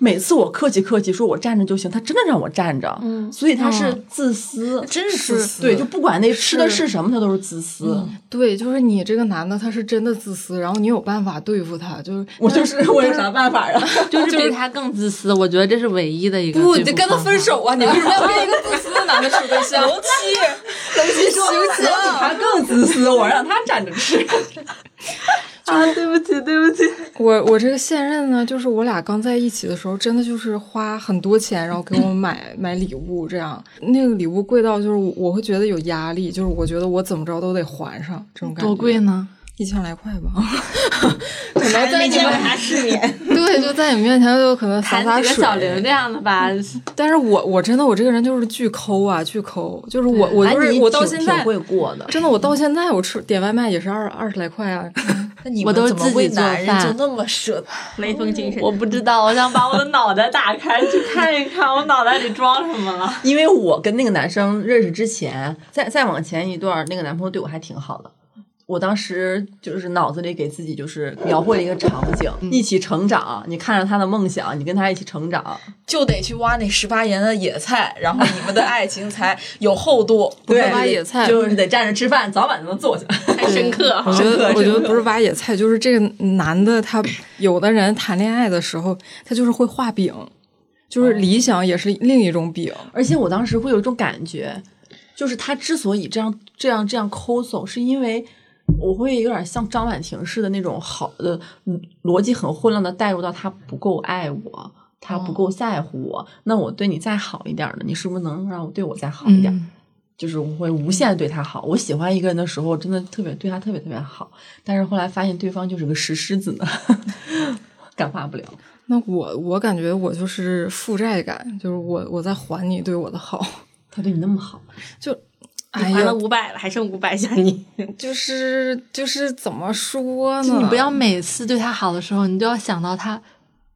每次我客气客气说我站着就行，他真的让我站着，嗯，所以他是自私，
真是自私
对，就不管那吃的是嗯什么，他都是自私。
对，就是你这个男的，他是真的自私，然后你有办法对付他，就是
我就是我有啥办 [LAUGHS] 法呀？
[LAUGHS] 就是比他更自私，我觉得这是唯一的一个。
不，你就跟他分。手啊！你为什么要跟一个自私的男的处对象？
楼梯，
龙七说，我比他更自私，我让他站着吃。 [LAUGHS]
啊，对不起，对不起。
我我这个现任呢，就是我俩刚在一起的时候，真的就是花很多钱，然后给我买买礼物，这样那个礼物贵到就是我我会觉得有压力，就是我觉得我怎么着都得还上这种感觉。
多贵？呢？
一千来块
[LAUGHS]
吧。可能在
没
你
见过
们
啥世面。
对，就在你面前就可能洒
谈
洒
几个
水。
小玲这样的吧，
但是我我真的我这个人就是巨抠啊，巨抠，就是我我就是
哎你
我到
挺
现在
挺。会过的，
真的，我到现在我吃点外卖也是二二十来块啊，
那你
我
们
都是
怎么
自己
为
做
男人
饭
就那么舍
雷锋精神，
我不知道，我想把我的脑袋打开去看一看，我脑袋里装什么了。
因为我跟那个男生认识之前，再再往前一段，那个男朋友对我还挺好的。我当时就是脑子里给自己就是描绘了一个场景，一起成长，你看着他的梦想，你跟他一起成长，
就得去挖那十八盐的野菜，然后你们的爱情才有厚度。
是挖野菜
就是得站着吃饭，早晚都能坐下。
太深刻
我觉得，我觉得不是挖野菜，就是这个男的他，有的人谈恋爱的时候，他就是会画饼，
哦
就是理想也是另一种饼。
而且我当时会有一种感觉，就是他之所以这样这样这样抠搜，是因为我会有点像张婉婷似的那种好的嗯逻辑很混乱的带入到他不够爱我，他不
哦
够在乎我，那我对你再好一点呢，你是不是能让我对我再好一点？
嗯
就是我会无限对他好。我喜欢一个人的时候，真的特别对他特别特别好，但是后来发现对方就是个石狮子呢， [LAUGHS] 感化不了。
那我我感觉我就是负债感，就是我我在还你对我的好，
他对你那么好，
[LAUGHS] 哎
还
呀
了，五百了，还剩五百想你。
就是就是怎么说
就
呢？
你不要每次对他好的时候，你都要想到他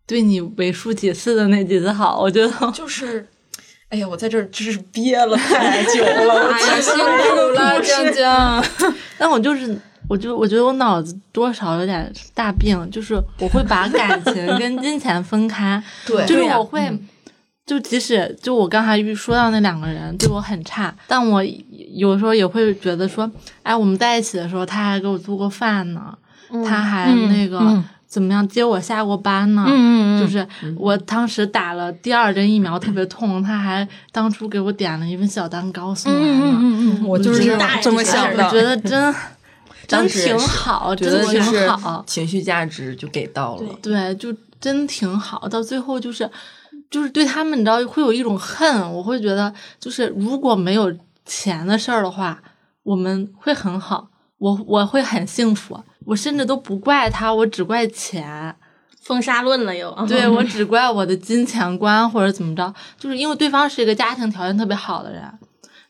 对你为数几次的那几次好。我觉得
就是，哎呀，我在这儿真是憋了太久 [LAUGHS]
[LAUGHS]
了。
哎呀，辛苦
[LAUGHS]
了，江江。
但我就是，我就我觉得我脑子多少有点大病，就是我会把感
[LAUGHS]
情跟金钱分开，
对
就是
对呀
我会。
嗯
就即使就我刚才遇说到那两个人对我很差，但我有时候也会觉得说，哎，我们在一起的时候他还给我做过饭呢，他还
嗯
那个、
嗯
怎么样接我下过班呢，
嗯
就是我当时打了第二针疫苗特别痛，他还当初给我点了一份小蛋糕送来呢。
嗯嗯，我就是这
大
样
人
这么
就这样
想
的
我觉得真真
[LAUGHS] 当时
挺
是
好，
觉
真
得就是
挺好，
情绪价值就给到了。
对，就真挺好。到最后就是就是对他们，你知道会有一种恨，我会觉得就是如果没有钱的事儿的话，我们会很好，我我会很幸福。我甚至都不怪他，我只怪钱，
封杀论了又， [LAUGHS]
对我只怪我的金钱观或者怎么着，就是因为对方是一个家庭条件特别好的人，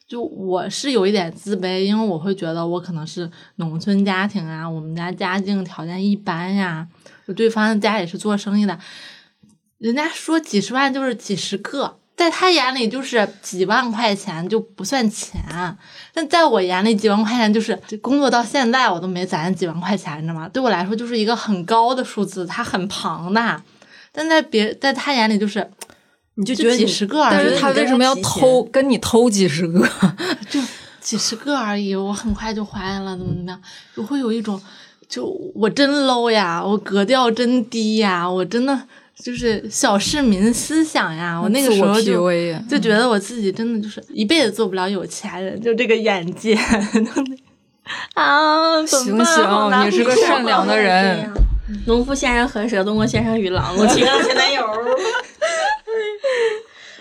就我是有一点自卑，因为我会觉得我可能是农村家庭啊，我们家家境条件一般呀、就对方家里是做生意的，人家说几十万就是几十个，在他眼里就是几万块钱就不算钱，但在我眼里几万块钱就是这工作到现在我都没攒几万块钱，你知道吗？对我来说就是一个很高的数字，它很庞大，但在别在他眼里就是
你就
就
觉得
几
你
十个啊而
但是
已，
他为什么要偷跟你偷几十个？
就几十个而已，我很快就怀孕了，怎么怎么样，我会有一种就我真 low 呀，我格调真低呀，我真的就是小市民思想呀，我那个时候
自
就
我 PUA 呀
就觉得我自己真的就是一辈子做不了有钱人，就这个眼界 [LAUGHS] 啊，怎么
行
办好
行，
难
你是个
过
善良的人。
农夫先生和蛇，东郭先生与狼。 [LAUGHS] 我情上前男友，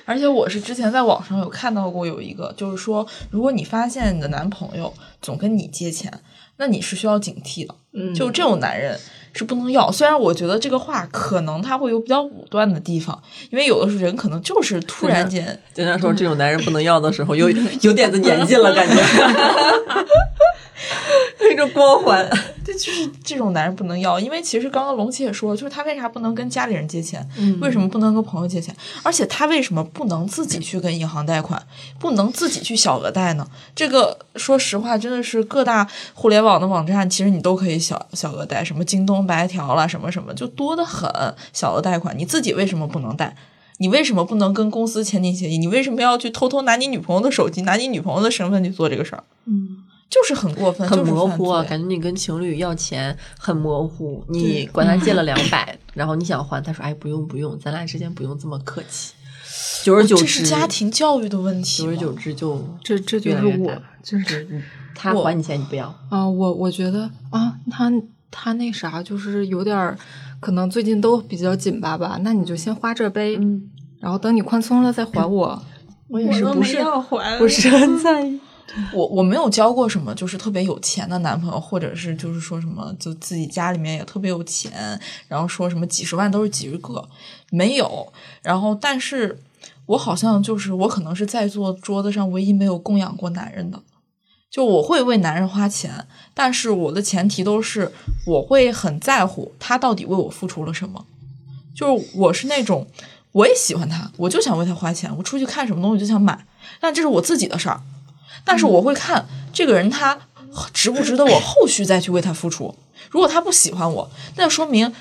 而且我是之前在网上有看到过有一个，就是说，如果你发现你的男朋友总跟你借钱，那你是需要警惕的。
嗯
就这种男人是不能要。虽然我觉得这个话可能他会有比较武断的地方，因为有的人可能就是突然间，
经常说这种男人不能要的时候，有有点子年纪了，感觉 [LAUGHS] 那个光环。
这就是这种男人不能要。因为其实刚刚龙七也说，就是他为啥不能跟家里人借钱，
嗯
为什么不能跟朋友借钱，而且他为什么不能自己去跟银行贷款，不能自己去小额贷呢？这个说实话，真的是各大互联网的网站，其实你都可以小小额贷，什么京东白条啦，什么什么，就多得很。小额贷款，你自己为什么不能贷？你为什么不能跟公司签订协议？你为什么要去偷偷拿你女朋友的手机，拿你女朋友的身份去做这个事儿？
嗯，
就是很过分，
很
就是
模
犯
糊啊，
罪
感觉你跟情侣要钱很模糊。你管他借了两百，然后你想还，他说：“哎，不用不用，咱俩之间不用这么客气。”哦久而久
哦这
之，
是家庭教育的问题
久
吗。
而久之就
[LAUGHS] 这这就
越来
是
越
我
大，嗯
就是
他
我
还你钱你不要，
啊、我我觉得啊，他他那啥，就是有点儿，可能最近都比较紧巴吧。那你就先花这呗，
嗯，
然后等你宽松了再还 [LAUGHS] 我。
我也是不是要还，
不
[LAUGHS]
是很在意。
我我没有交过什么就是特别有钱的男朋友，或者是就是说什么就自己家里面也特别有钱，然后说什么几十万都是几十个，没有。然后但是我好像就是我可能是在座桌子上唯一没有供养过男人的，就我会为男人花钱，但是我的前提都是我会很在乎他到底为我付出了什么，就是我是那种。我也喜欢他，我就想为他花钱。我出去看什么东西就想买，但这是我自己的事儿。但是我会看这个人他值不值得我后续再去为他付出。如果他不喜欢我，那说明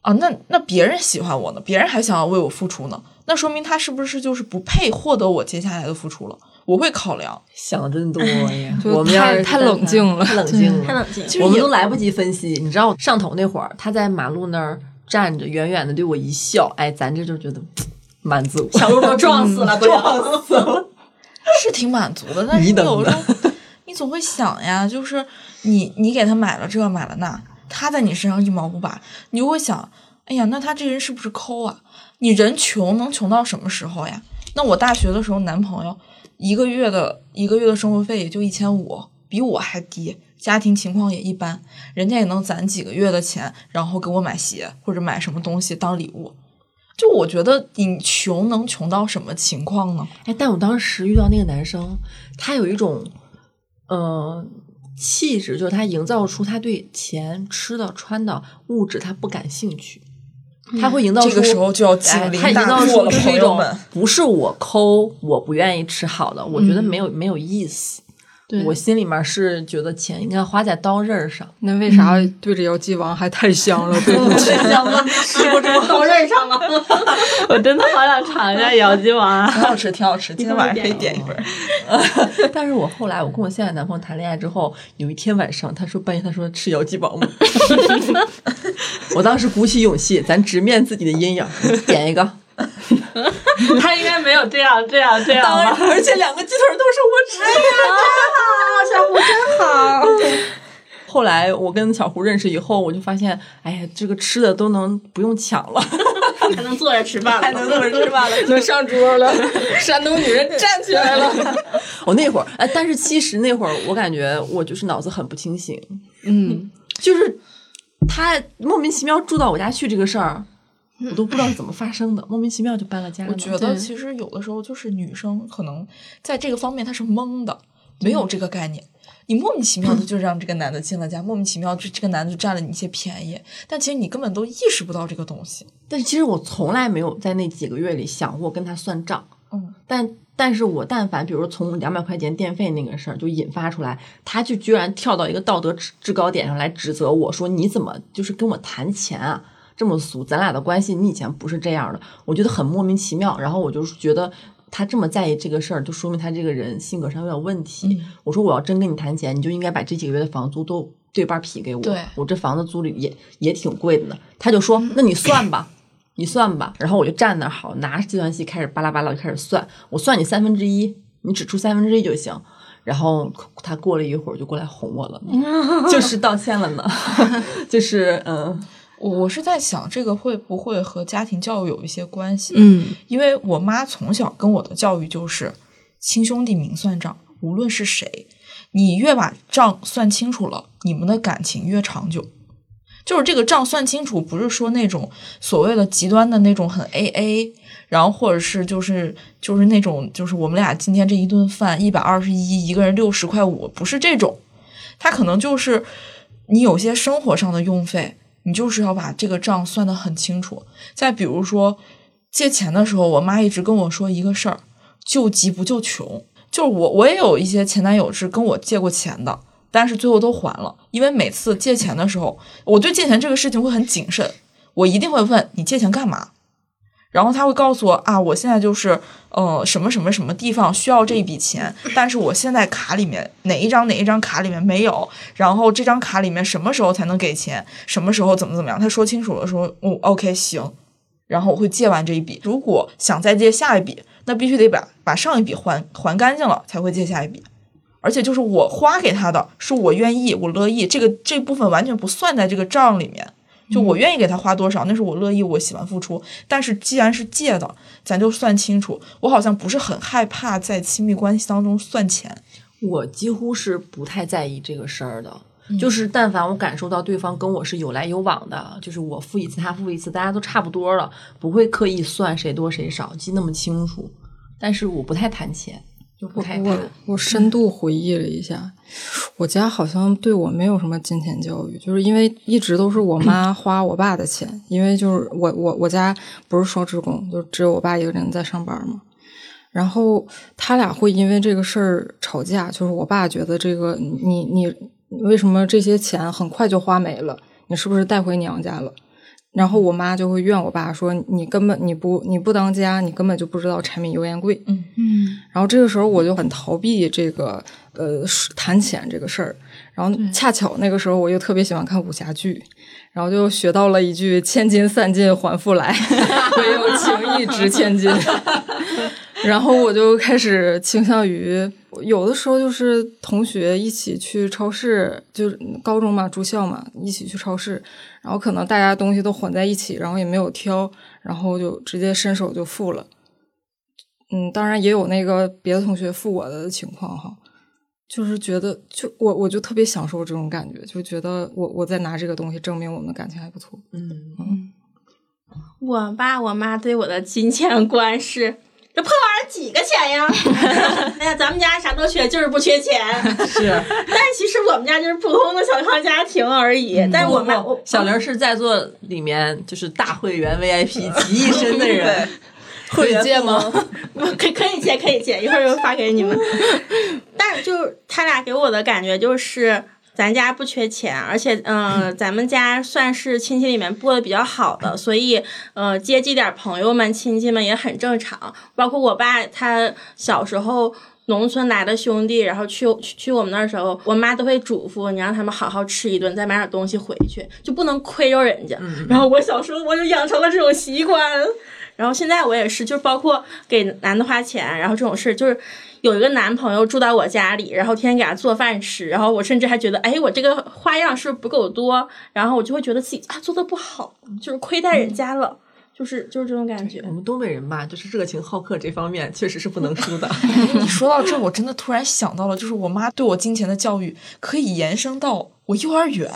啊，那那别人喜欢我呢，别人还想要为我付出呢，那说明他是不是就是不配获得我接下来的付出了？我会考量，
想真多
哎
哎呀！
就
我们要
太
是
太
但
冷
凡
静了
太冷静了，
太冷静了。
我们都来不及分析。你知道上头那会儿，他在马路那儿站着，远远的对我一笑，哎，咱这就觉得嘖满足，
小鹿都撞死了，都
[LAUGHS]
要
撞死了。
[LAUGHS] 是挺满足的，但是
你
你
等
有
着
时候你总会想呀，就是你你给他买了这买了那，他在你身上一毛不拔，你就会想，哎呀，那他这人是不是抠啊？你人穷能穷到什么时候呀？那我大学的时候，男朋友一个月的一个月的生活费也就一千五，比我还低，家庭情况也一般，人家也能攒几个月的钱，然后给我买鞋或者买什么东西当礼物。就我觉得你穷能穷到什么情况呢？
哎，但我当时遇到那个男生，他有一种，呃，气质，就是他营造出他对钱、吃的、穿的、物质他不感兴趣，他会营造出、
这个时候就要警
哎
铃
他营
大
造
作
出
了
就是
朋
一
友
种
们
不是我抠，我不愿意吃好的，我觉得没有、没有意思。
对
我心里面是觉得钱应该花在刀刃上，
[LAUGHS] 那为啥对着姚继王还太香了？对不起，
吃过这刀刃上了。
我真的好想尝一下姚记王啊。
挺好吃，挺好吃。今天晚上可以点一份儿。
但是我后来我跟我现在男朋友谈恋爱之后，有一天晚上他说半夜他说吃姚记王吗？ [LAUGHS] 我当时鼓起勇气，咱直面自己的阴影，点一个。
[LAUGHS] 他应该没有这样这样这样
哎
当然
吧？，
而且两个鸡腿都是我指的。
哎小虎真好，
后来我跟小胡认识以后，我就发现，哎呀，这个吃的都能不用抢了，
还能坐着吃饭了，还能坐着吃饭了。
能上桌了，山东女人站起来了。
我那会儿，哎，但是其实那会儿我感觉我就是脑子很不清醒，
嗯，
就是他莫名其妙住到我家去这个事儿，我都不知道是怎么发生的，莫名其妙就搬了家了。
我觉得其实有的时候就是女生可能在这个方面她是懵的，没有这个概念。你莫名其妙的就让这个男的进了家，莫名其妙这这个男的就占了你一些便宜，但其实你根本都意识不到这个东西。
但是其实我从来没有在那几个月里想过跟他算账。
嗯，
但但是我但凡比如从两百块钱电费那个事儿就引发出来，他就居然跳到一个道德制制高点上来指责我说你怎么就是跟我谈钱啊？这么俗，咱俩的关系你以前不是这样的，我觉得很莫名其妙。然后我就是觉得他这么在意这个事儿，就说明他这个人性格上有点问题。
嗯
我说我要真跟你谈钱，你就应该把这几个月的房租都对半匹给我。
对嗯
我这房子租的也也挺贵的呢。他就说，那你算吧。你算吧，然后我就站那儿好，拿着计算器开始巴拉巴拉开始算，我算你三分之一，你只出三分之一就行。然后他过了一会儿就过来哄我了，就是道歉了呢， [LAUGHS] 就是嗯，
我我是在想，这个会不会和家庭教育有一些关系？
嗯，
因为我妈从小跟我的教育就是亲兄弟明算账，无论是谁，你越把账算清楚了，你们的感情越长久。就是这个账算清楚，不是说那种所谓的极端的那种很 A A，然后或者是就是就是那种就是我们俩今天这一顿饭一百二十一，一个人六十块五，不是这种，它可能就是你有些生活上的用费，你就是要把这个账算得很清楚。再比如说借钱的时候，我妈一直跟我说一个事儿：救急不救穷。就是我我也有一些前男友是跟我借过钱的，但是最后都还了，因为每次借钱的时候，我对借钱这个事情会很谨慎，我一定会问你借钱干嘛。然后他会告诉我啊，我现在就是呃什么什么什么地方需要这一笔钱，但是我现在卡里面哪一张哪一张卡里面没有，然后这张卡里面什么时候才能给钱，什么时候怎么怎么样，他说清楚了说，嗯，OK 行，然后我会借完这一笔，如果想再借下一笔，那必须得把把上一笔还还干净了才会借下一笔。而且就是我花给他的，是我愿意，我乐意，这个这部分完全不算在这个账里面。就我愿意给他花多少，那是我乐意，我喜欢付出。但是既然是借的，咱就算清楚。我好像不是很害怕在亲密关系当中算钱。
我几乎是不太在意这个事儿的，就是但凡我感受到对方跟我是有来有往的，就是我付一次他付一次，大家都差不多了，不会刻意算谁多谁少，记那么清楚。但是我不太谈钱，就不太
我
[LAUGHS] 谈。
我深度回忆了一下，我家好像对我没有什么金钱教育，就是因为一直都是我妈花我爸的钱，因为就是我我我家不是双职工，就只有我爸一个人在上班嘛。然后他俩会因为这个事儿吵架，就是我爸觉得这个你你你为什么这些钱很快就花没了？你是不是带回娘家了？然后我妈就会怨我爸说你根本你不你不当家，你根本就不知道柴米油盐贵。
嗯
然后这个时候我就很逃避这个呃是谈钱这个事儿，然后恰巧那个时候我又特别喜欢看武侠剧，然后就学到了一句“千金散尽还复来，唯有情义值千金” 。然后我就开始倾向于，有的时候就是同学一起去超市，就是高中嘛，住校嘛，一起去超市，然后可能大家东西都混在一起，然后也没有挑，然后就直接伸手就付了。嗯，当然也有那个别的同学付我的情况哈，就是觉得就我我就特别享受这种感觉，就觉得我我在拿这个东西证明我们的感情还不错。
嗯，
[LAUGHS] 我爸我妈对我的金钱观是。这破玩意儿几个钱呀？ [LAUGHS] 哎呀，咱们家啥都缺，就是不缺钱。 [LAUGHS]
是。
但是其实我们家就是普通的小康家庭而已。
嗯
但是我
哦
妈，我
小玲是在座里面就是大会员
[LAUGHS]
VIP 集一身的人，
会借吗？
[LAUGHS] 可以可以借，可以借，一会儿就发给你们。但是就是他俩给我的感觉就是，咱家不缺钱，而且嗯、呃咱们家算是亲戚里面过得比较好的，所以呃，接济点朋友们、亲戚们也很正常。包括我爸他小时候。农村来的兄弟，然后去去去我们那儿的时候，我妈都会嘱咐你让他们好好吃一顿，再买点东西回去，就不能亏着人家。然后我小时候我就养成了这种习惯，然后现在我也是，就是包括给男的花钱，然后这种事儿，就是有一个男朋友住到我家里，然后天天给他做饭吃，然后我甚至还觉得，哎，我这个花样是不是不够多？然后我就会觉得自己啊做的不好，就是亏待人家了，就是就是这种感觉
我。们东北人吧，就是热情好客这方面确实是不能输
[LAUGHS]
的。
你说到这，我真的突然想到了，就是我妈对我金钱的教育可以延伸到我幼儿园。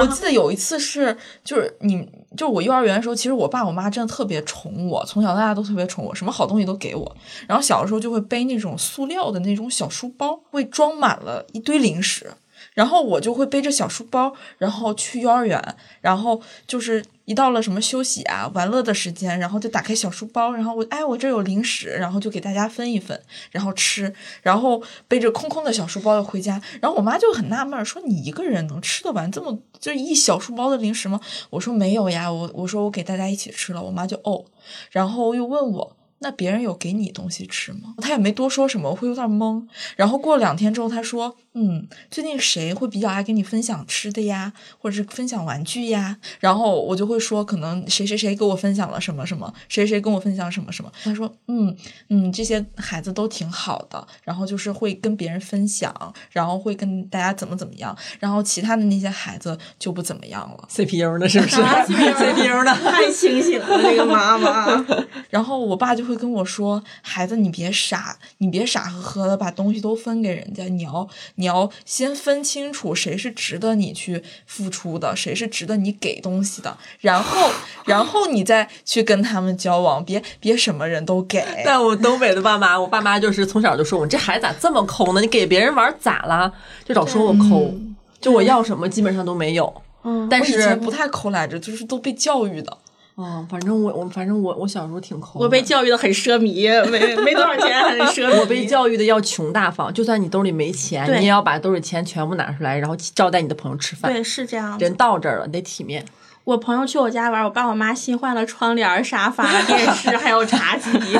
我记得有一次是，就是你，就是我幼儿园的时候，其实我爸我妈真的特别宠我，从小到大都特别宠我，什么好东西都给我。然后小的时候就会背那种塑料的那种小书包，会装满了一堆零食。然后我就会背着小书包，然后去幼儿园，然后就是一到了什么休息啊、玩乐的时间，然后就打开小书包，然后我哎我这有零食，然后就给大家分一分，然后吃，然后背着空空的小书包又回家，然后我妈就很纳闷儿说你一个人能吃得完这么就一小书包的零食吗？我说没有呀，我我说我给大家一起吃了，我妈就哦，然后又问我。那别人有给你东西吃吗？她也没多说什么，我会有点懵。然后过了两天之后，她说：“嗯，最近谁会比较爱跟你分享吃的呀，或者是分享玩具呀？”然后我就会说：“可能谁谁谁给我分享了什么什么，谁谁跟我分享什么什么。”她说：“嗯嗯，这些孩子都挺好的，然后就是会跟别人分享，然后会跟大家怎么怎么样，然后其他的那些孩子就不怎么样了。”
CPU 呢？是不是 [LAUGHS]
CPU
？CPU 呢？
太清醒了，这个妈妈。
然后我爸就会跟我说：“孩子，你别傻，你别傻呵呵的把东西都分给人家，你要你要先分清楚谁是值得你去付出的，谁是值得你给东西的，然后然后你再去跟他们交往，别别什么人都给。”
[LAUGHS] 但我东北的爸妈，我爸妈就是从小就说我这孩子咋这么抠呢？你给别人玩咋了？就老说我抠，就我要什么基本上都没有。
嗯
但
我以前
是
不太抠来着，就是都被教育的。
哦，反正我我反正我我小时候挺抠的，
我被教育的很奢靡，没没多少钱，很奢靡。
我被教育的要穷大方，就算你兜里没钱，
对
你也要把兜里钱全部拿出来，然后招待你的朋友吃饭。
对，是这样子
人。到这儿了，你得体面。
我朋友去我家玩，我爸我妈新换了窗帘儿、沙发、电视，还有茶几， [LAUGHS]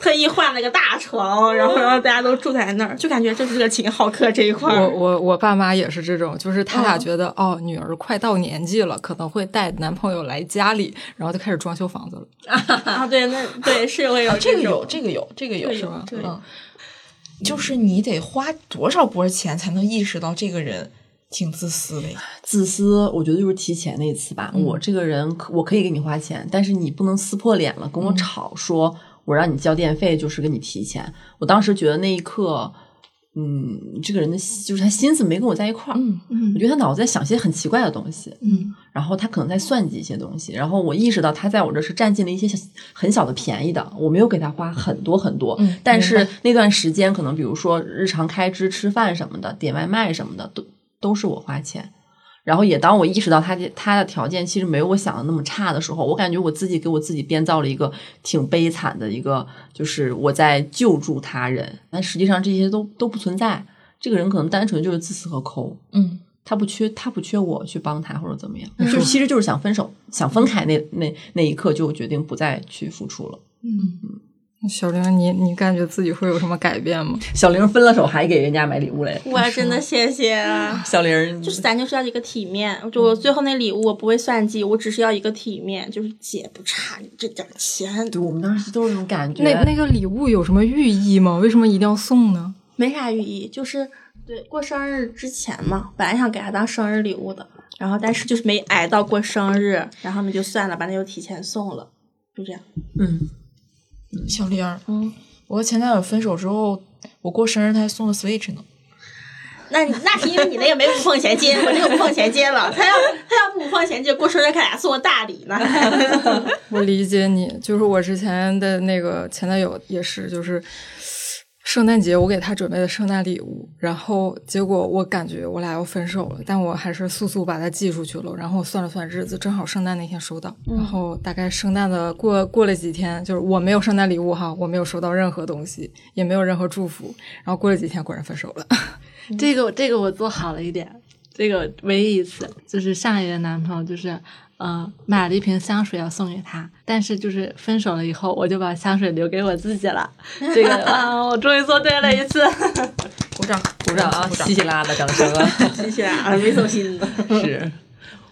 特意换了个大床，然后让大家都住在那儿，就感觉这是个秦好客这一块
我
儿。
我我爸妈也是这种，就是他俩觉得、哦，女儿快到年纪了，可能会带男朋友来家里，然后就开始装修房子了。
啊，对，那对是会有
啊这个
种
有，这个有，这个有，
对
是吧？
对
嗯，就是你得花多少波钱才能意识到这个人挺自私的呀。
自私，我觉得就是提钱那一次吧。
嗯
我这个人可，我可以给你花钱，但是你不能撕破脸了跟我
嗯
吵说，我让你交电费就是给你提钱。我当时觉得那一刻，嗯，这个人的心就是他心思没跟我在一块儿。
嗯
我觉得他脑子在想些很奇怪的东西，
嗯，
然后他可能在算计一些东西，然后我意识到他在我这是占尽了一些小很小的便宜的，我没有给他花很多很多，
嗯
但是那段时间可能比如说日常开支、吃饭什么的、点外卖什么的，都都是我花钱。然后也当我意识到他的他的条件其实没有我想的那么差的时候，我感觉我自己给我自己编造了一个挺悲惨的一个，就是我在救助他人，但实际上这些都都不存在。这个人可能单纯就是自私和抠，
嗯，
他不缺他不缺我去帮他或者怎么样，就其实就是想分手、想分开那那那一刻就决定不再去付出了。
小玲，你你感觉自己会有什么改变吗？
小玲分了手还给人家买礼物嘞，
我真的谢谢啊。
小玲
就是咱就是要一个体面，就我最后那礼物我不会算计，我只是要一个体面，就是姐不差你这点儿钱，
对我们当时都是这种感觉，
那那个礼物有什么寓意吗？为什么一定要送呢？
没啥寓意，就是对过生日之前嘛，本来想给他当生日礼物的，然后但是就是没挨到过生日，然后呢就算了吧，那就提前送了，就这样。
嗯，
小玲儿，
嗯，
我和前男友分手之后，我过生日他还送了 Switch 呢。
那你那是因为你那个没无缝衔接，我这个无缝衔接了。他要他要不无缝衔接，过生日给俩送个大礼
[LAUGHS]
呢。
我理解你，就是我之前的那个前男友也是，就是圣诞节我给他准备的圣诞礼物，然后结果我感觉我俩要分手了，但我还是速速把它寄出去了。然后我算了算日子，正好圣诞那天收到，然后大概圣诞的过过了几天，就是我没有圣诞礼物哈，我没有收到任何东西，也没有任何祝福。然后过了几天，果然分手了。 [LAUGHS]
这个这个我做好了一点，这个唯一一次就是上一任男朋友就是。呃，买了一瓶香水要送给他，但是就是分手了以后，我就把香水留给我自己了。这个啊，我终于做对了一次。
鼓掌，鼓
鼓掌啊，
鼓掌
稀。稀拉拉的掌声啊！
谢谢啊，没走心的。
是，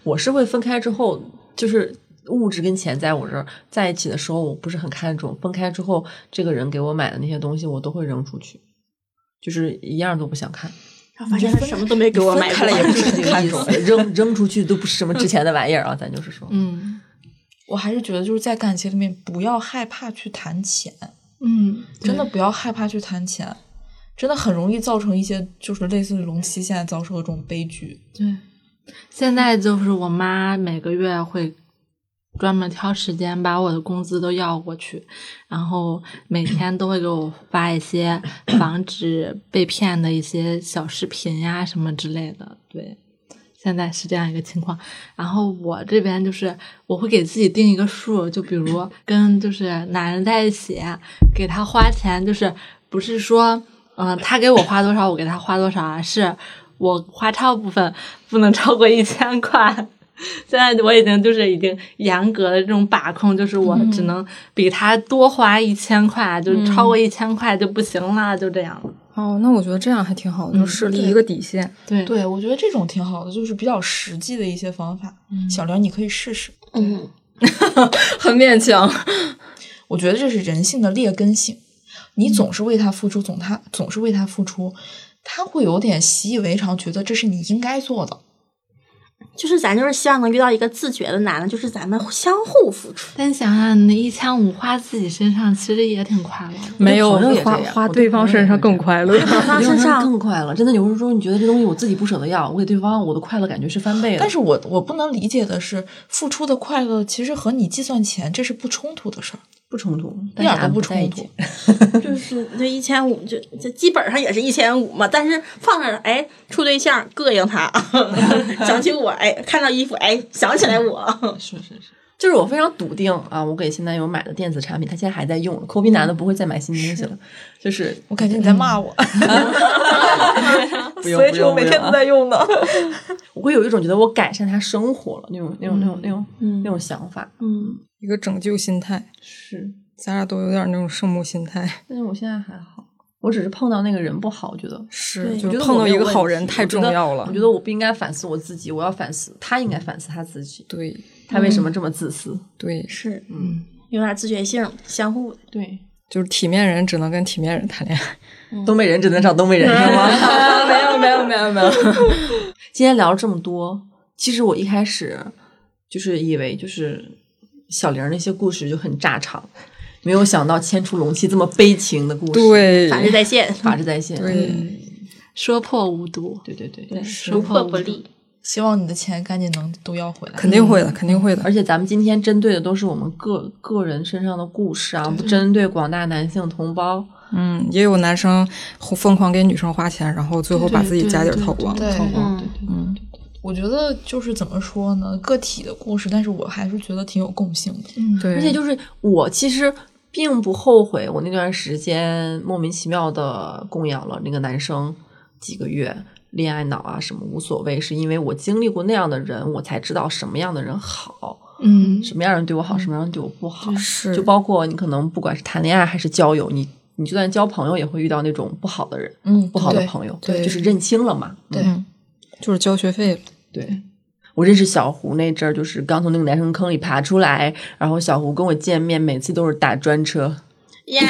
我是会分开之后，就是物质跟钱在我这儿在一起的时候，我不是很看重。分开之后，这个人给我买的那些东西，我都会扔出去，就是一样都不想看。
然后发现他什么都没给我买
分
过，
开了也不是
[LAUGHS]
很看重。
扔扔出去都不是什么值钱的玩意儿啊，咱就是说，
嗯
我还是觉得就是在感情里面不要害怕去谈钱，
嗯，
真的不要害怕去谈钱，真的很容易造成一些就是类似于龙七现在遭受的这种悲剧。
对，现在就是我妈每个月会专门挑时间把我的工资都要过去，然后每天都会给我发一些防止被骗的一些小视频呀什么之类的。对，现在是这样一个情况。然后我这边就是我会给自己定一个数，就比如跟就是男人在一起，给他花钱，就是不是说嗯、呃他给我花多少，我给他花多少啊，是我花超部分不能超过一千块。现在我已经就是已经严格的这种把控，就是我
嗯
只能比他多花一千块，啊就是超过一千块就不行了，就这样了。
哦，那我觉得这样还挺好的，就设立一个底线。
对
对，我觉得这种挺好的，就是比较实际的一些方法。小刘，你可以试试。
嗯，
很勉 [LAUGHS] 强。
我觉得这是人性的劣根性，你总是为他付出，总他总是为他付出，他会有点习以为常，觉得这是你应该做的。
就是咱就是希望能遇到一个自觉的男的，就是咱们相互付出。
但你想想，你那一千五花自己身上，其实也挺快乐的。
没有
我的朋友也
花
这样
花
我的
对方
朋友
身上
也
更
[LAUGHS]
快乐。
他
有
身
时候
上
更快乐，真的有时候你觉得这东西我自己不舍得要，我给对方我的快乐感觉是翻倍的。
但是我我不能理解的是，付出的快乐其实和你计算钱这是不冲突的事儿。
不冲突，
一点都
但是俺不
不冲
在
突
意。
就是这一千五，就这基本上也是一千五嘛。但是放那儿，哎，处对象膈应他， [LAUGHS] 想起我，哎，看到衣服，哎，想起来我。
是是是，就是我非常笃定啊！我给现在有买的电子产品，他现在还在用，抠鼻男
嗯
的不会再买新东西了。就是
我感觉你在骂我， [LAUGHS]
不用
所以说我每天都在用呢。
我会有一种觉得我改善他生活了那种那种那种那种那种想法。
嗯，
一个拯救心态，
是，
咱俩都有点那种圣母心态，
但是我现在还好，我只是碰到那个人不好，我觉得。
是
对
就
我
是
觉得
碰
我
到
没
一
有
个
问
好
题
人太
我觉
重
得
要
我
了
觉。得我不应该反思我自己，我要反思他，应该反思他自己，
对嗯
他为什么这么自私？
对，
是
嗯，
有点自觉性，相互。
对，
就是体面人只能跟体面人谈恋爱。
东北人只能找东北人是吗？
[LAUGHS] 没有没有没有没有，
今天聊了这么多，其实我一开始就是以为就是小玲儿那些故事就很炸场，没有想到牵出龙妻这么悲情的故事。，
对
法治在线，
法治在线。
对，
说破无毒，
对对对对，
说
不破
破
不
无毒。 [LAUGHS]
立。
希望你的钱赶紧能都要回来。
肯定会的，肯定会的。
嗯而且咱们今天针对的都是我们个个人身上的故事啊，不针对广大男性同胞。
嗯，也有男生疯狂给女生花钱，然后最后把自己家底儿掏光。
对
掏光。
嗯，
嗯，
我觉得就是怎么说呢，个体的故事，但是我还是觉得挺有共性的。
对，
而
嗯
且就是我其实并不后悔我那段时间莫名其妙的供养了那个男生几个月，恋爱脑啊什么无所谓，是因为我经历过那样的人，我才知道什么样的人好，
嗯，
什么样的人对我好，什么样的人对我不好。
是
就包括你可能不管是谈恋爱还是交友，你你就算交朋友也会遇到那种不好的人，
嗯，
不好的
对
朋友，
对
就是认清了嘛。
对
嗯就是交学费了。
对，我认识小胡那阵儿，就是刚从那个男生坑里爬出来，然后小胡跟我见面，每次都是打专车。
呀，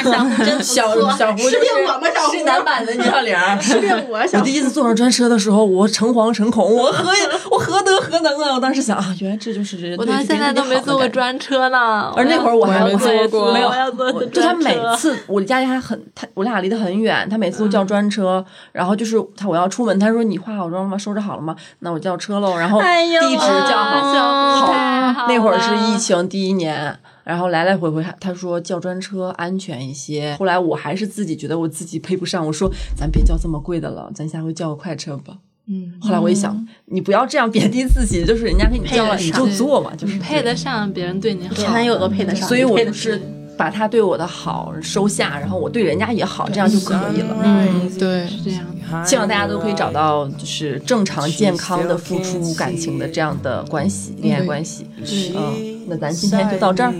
小胡真不错，
就是
是病我们小胡，
是男版的倪少玲儿。
是病我
我
小胡
第。一次坐上专车的时候，我诚惶诚恐，我何我何德何能啊！我当时想啊，原来这就是
我到现在都没坐过，专车呢，
而那会儿我还
要
没
一
坐
次
过
我
没有
要坐一
我
次
就他
专车
每次我离家里还很他我俩离得很远，他每次都叫专车，然后就是他我要出门，他说你化好妆了吗？收拾好了吗？那我叫车喽，然后
哎呀
地址叫好，
啊
小
好
胡太好
那会儿是
了
疫情第一年，然后来来回回还，他说叫专车安全一些。后来我还是自己觉得我自己配不上，我说咱别叫这么贵的了，咱下回叫个快车吧。
嗯，
后来我一想，你不要这样贬低自己，就是人家给你叫了
配
你
得
就
上
做嘛，就是
配得上别人对你好，
前男友都配得上，
所以我
配
就
得上
是把他对我的好收下，然后我对人家也好，这样就可以了。
嗯，对，是这样的。
希望大家都可以找到就是正常健康的付出感情的这样的关系，恋爱关系。嗯，那咱今天就到这儿。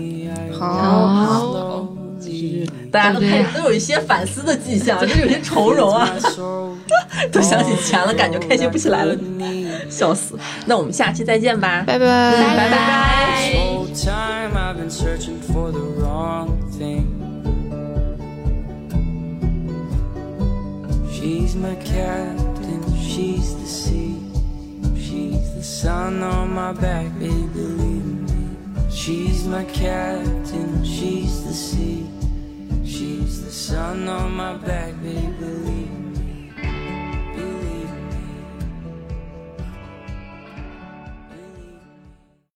好，
好，
大家都开始都有一些反思的迹象，就是有些愁容啊，
[LAUGHS]
都想起钱了，感觉开心不起来了，笑死。那我们下期再见吧，
拜拜，拜
拜拜。
This whole time I've been searching for the wrong thing. She's my captain, she's the sea. She's the sun on my back, baby, believe me. She's my captain, she's the sea. She's the sun on my back, baby, believe me.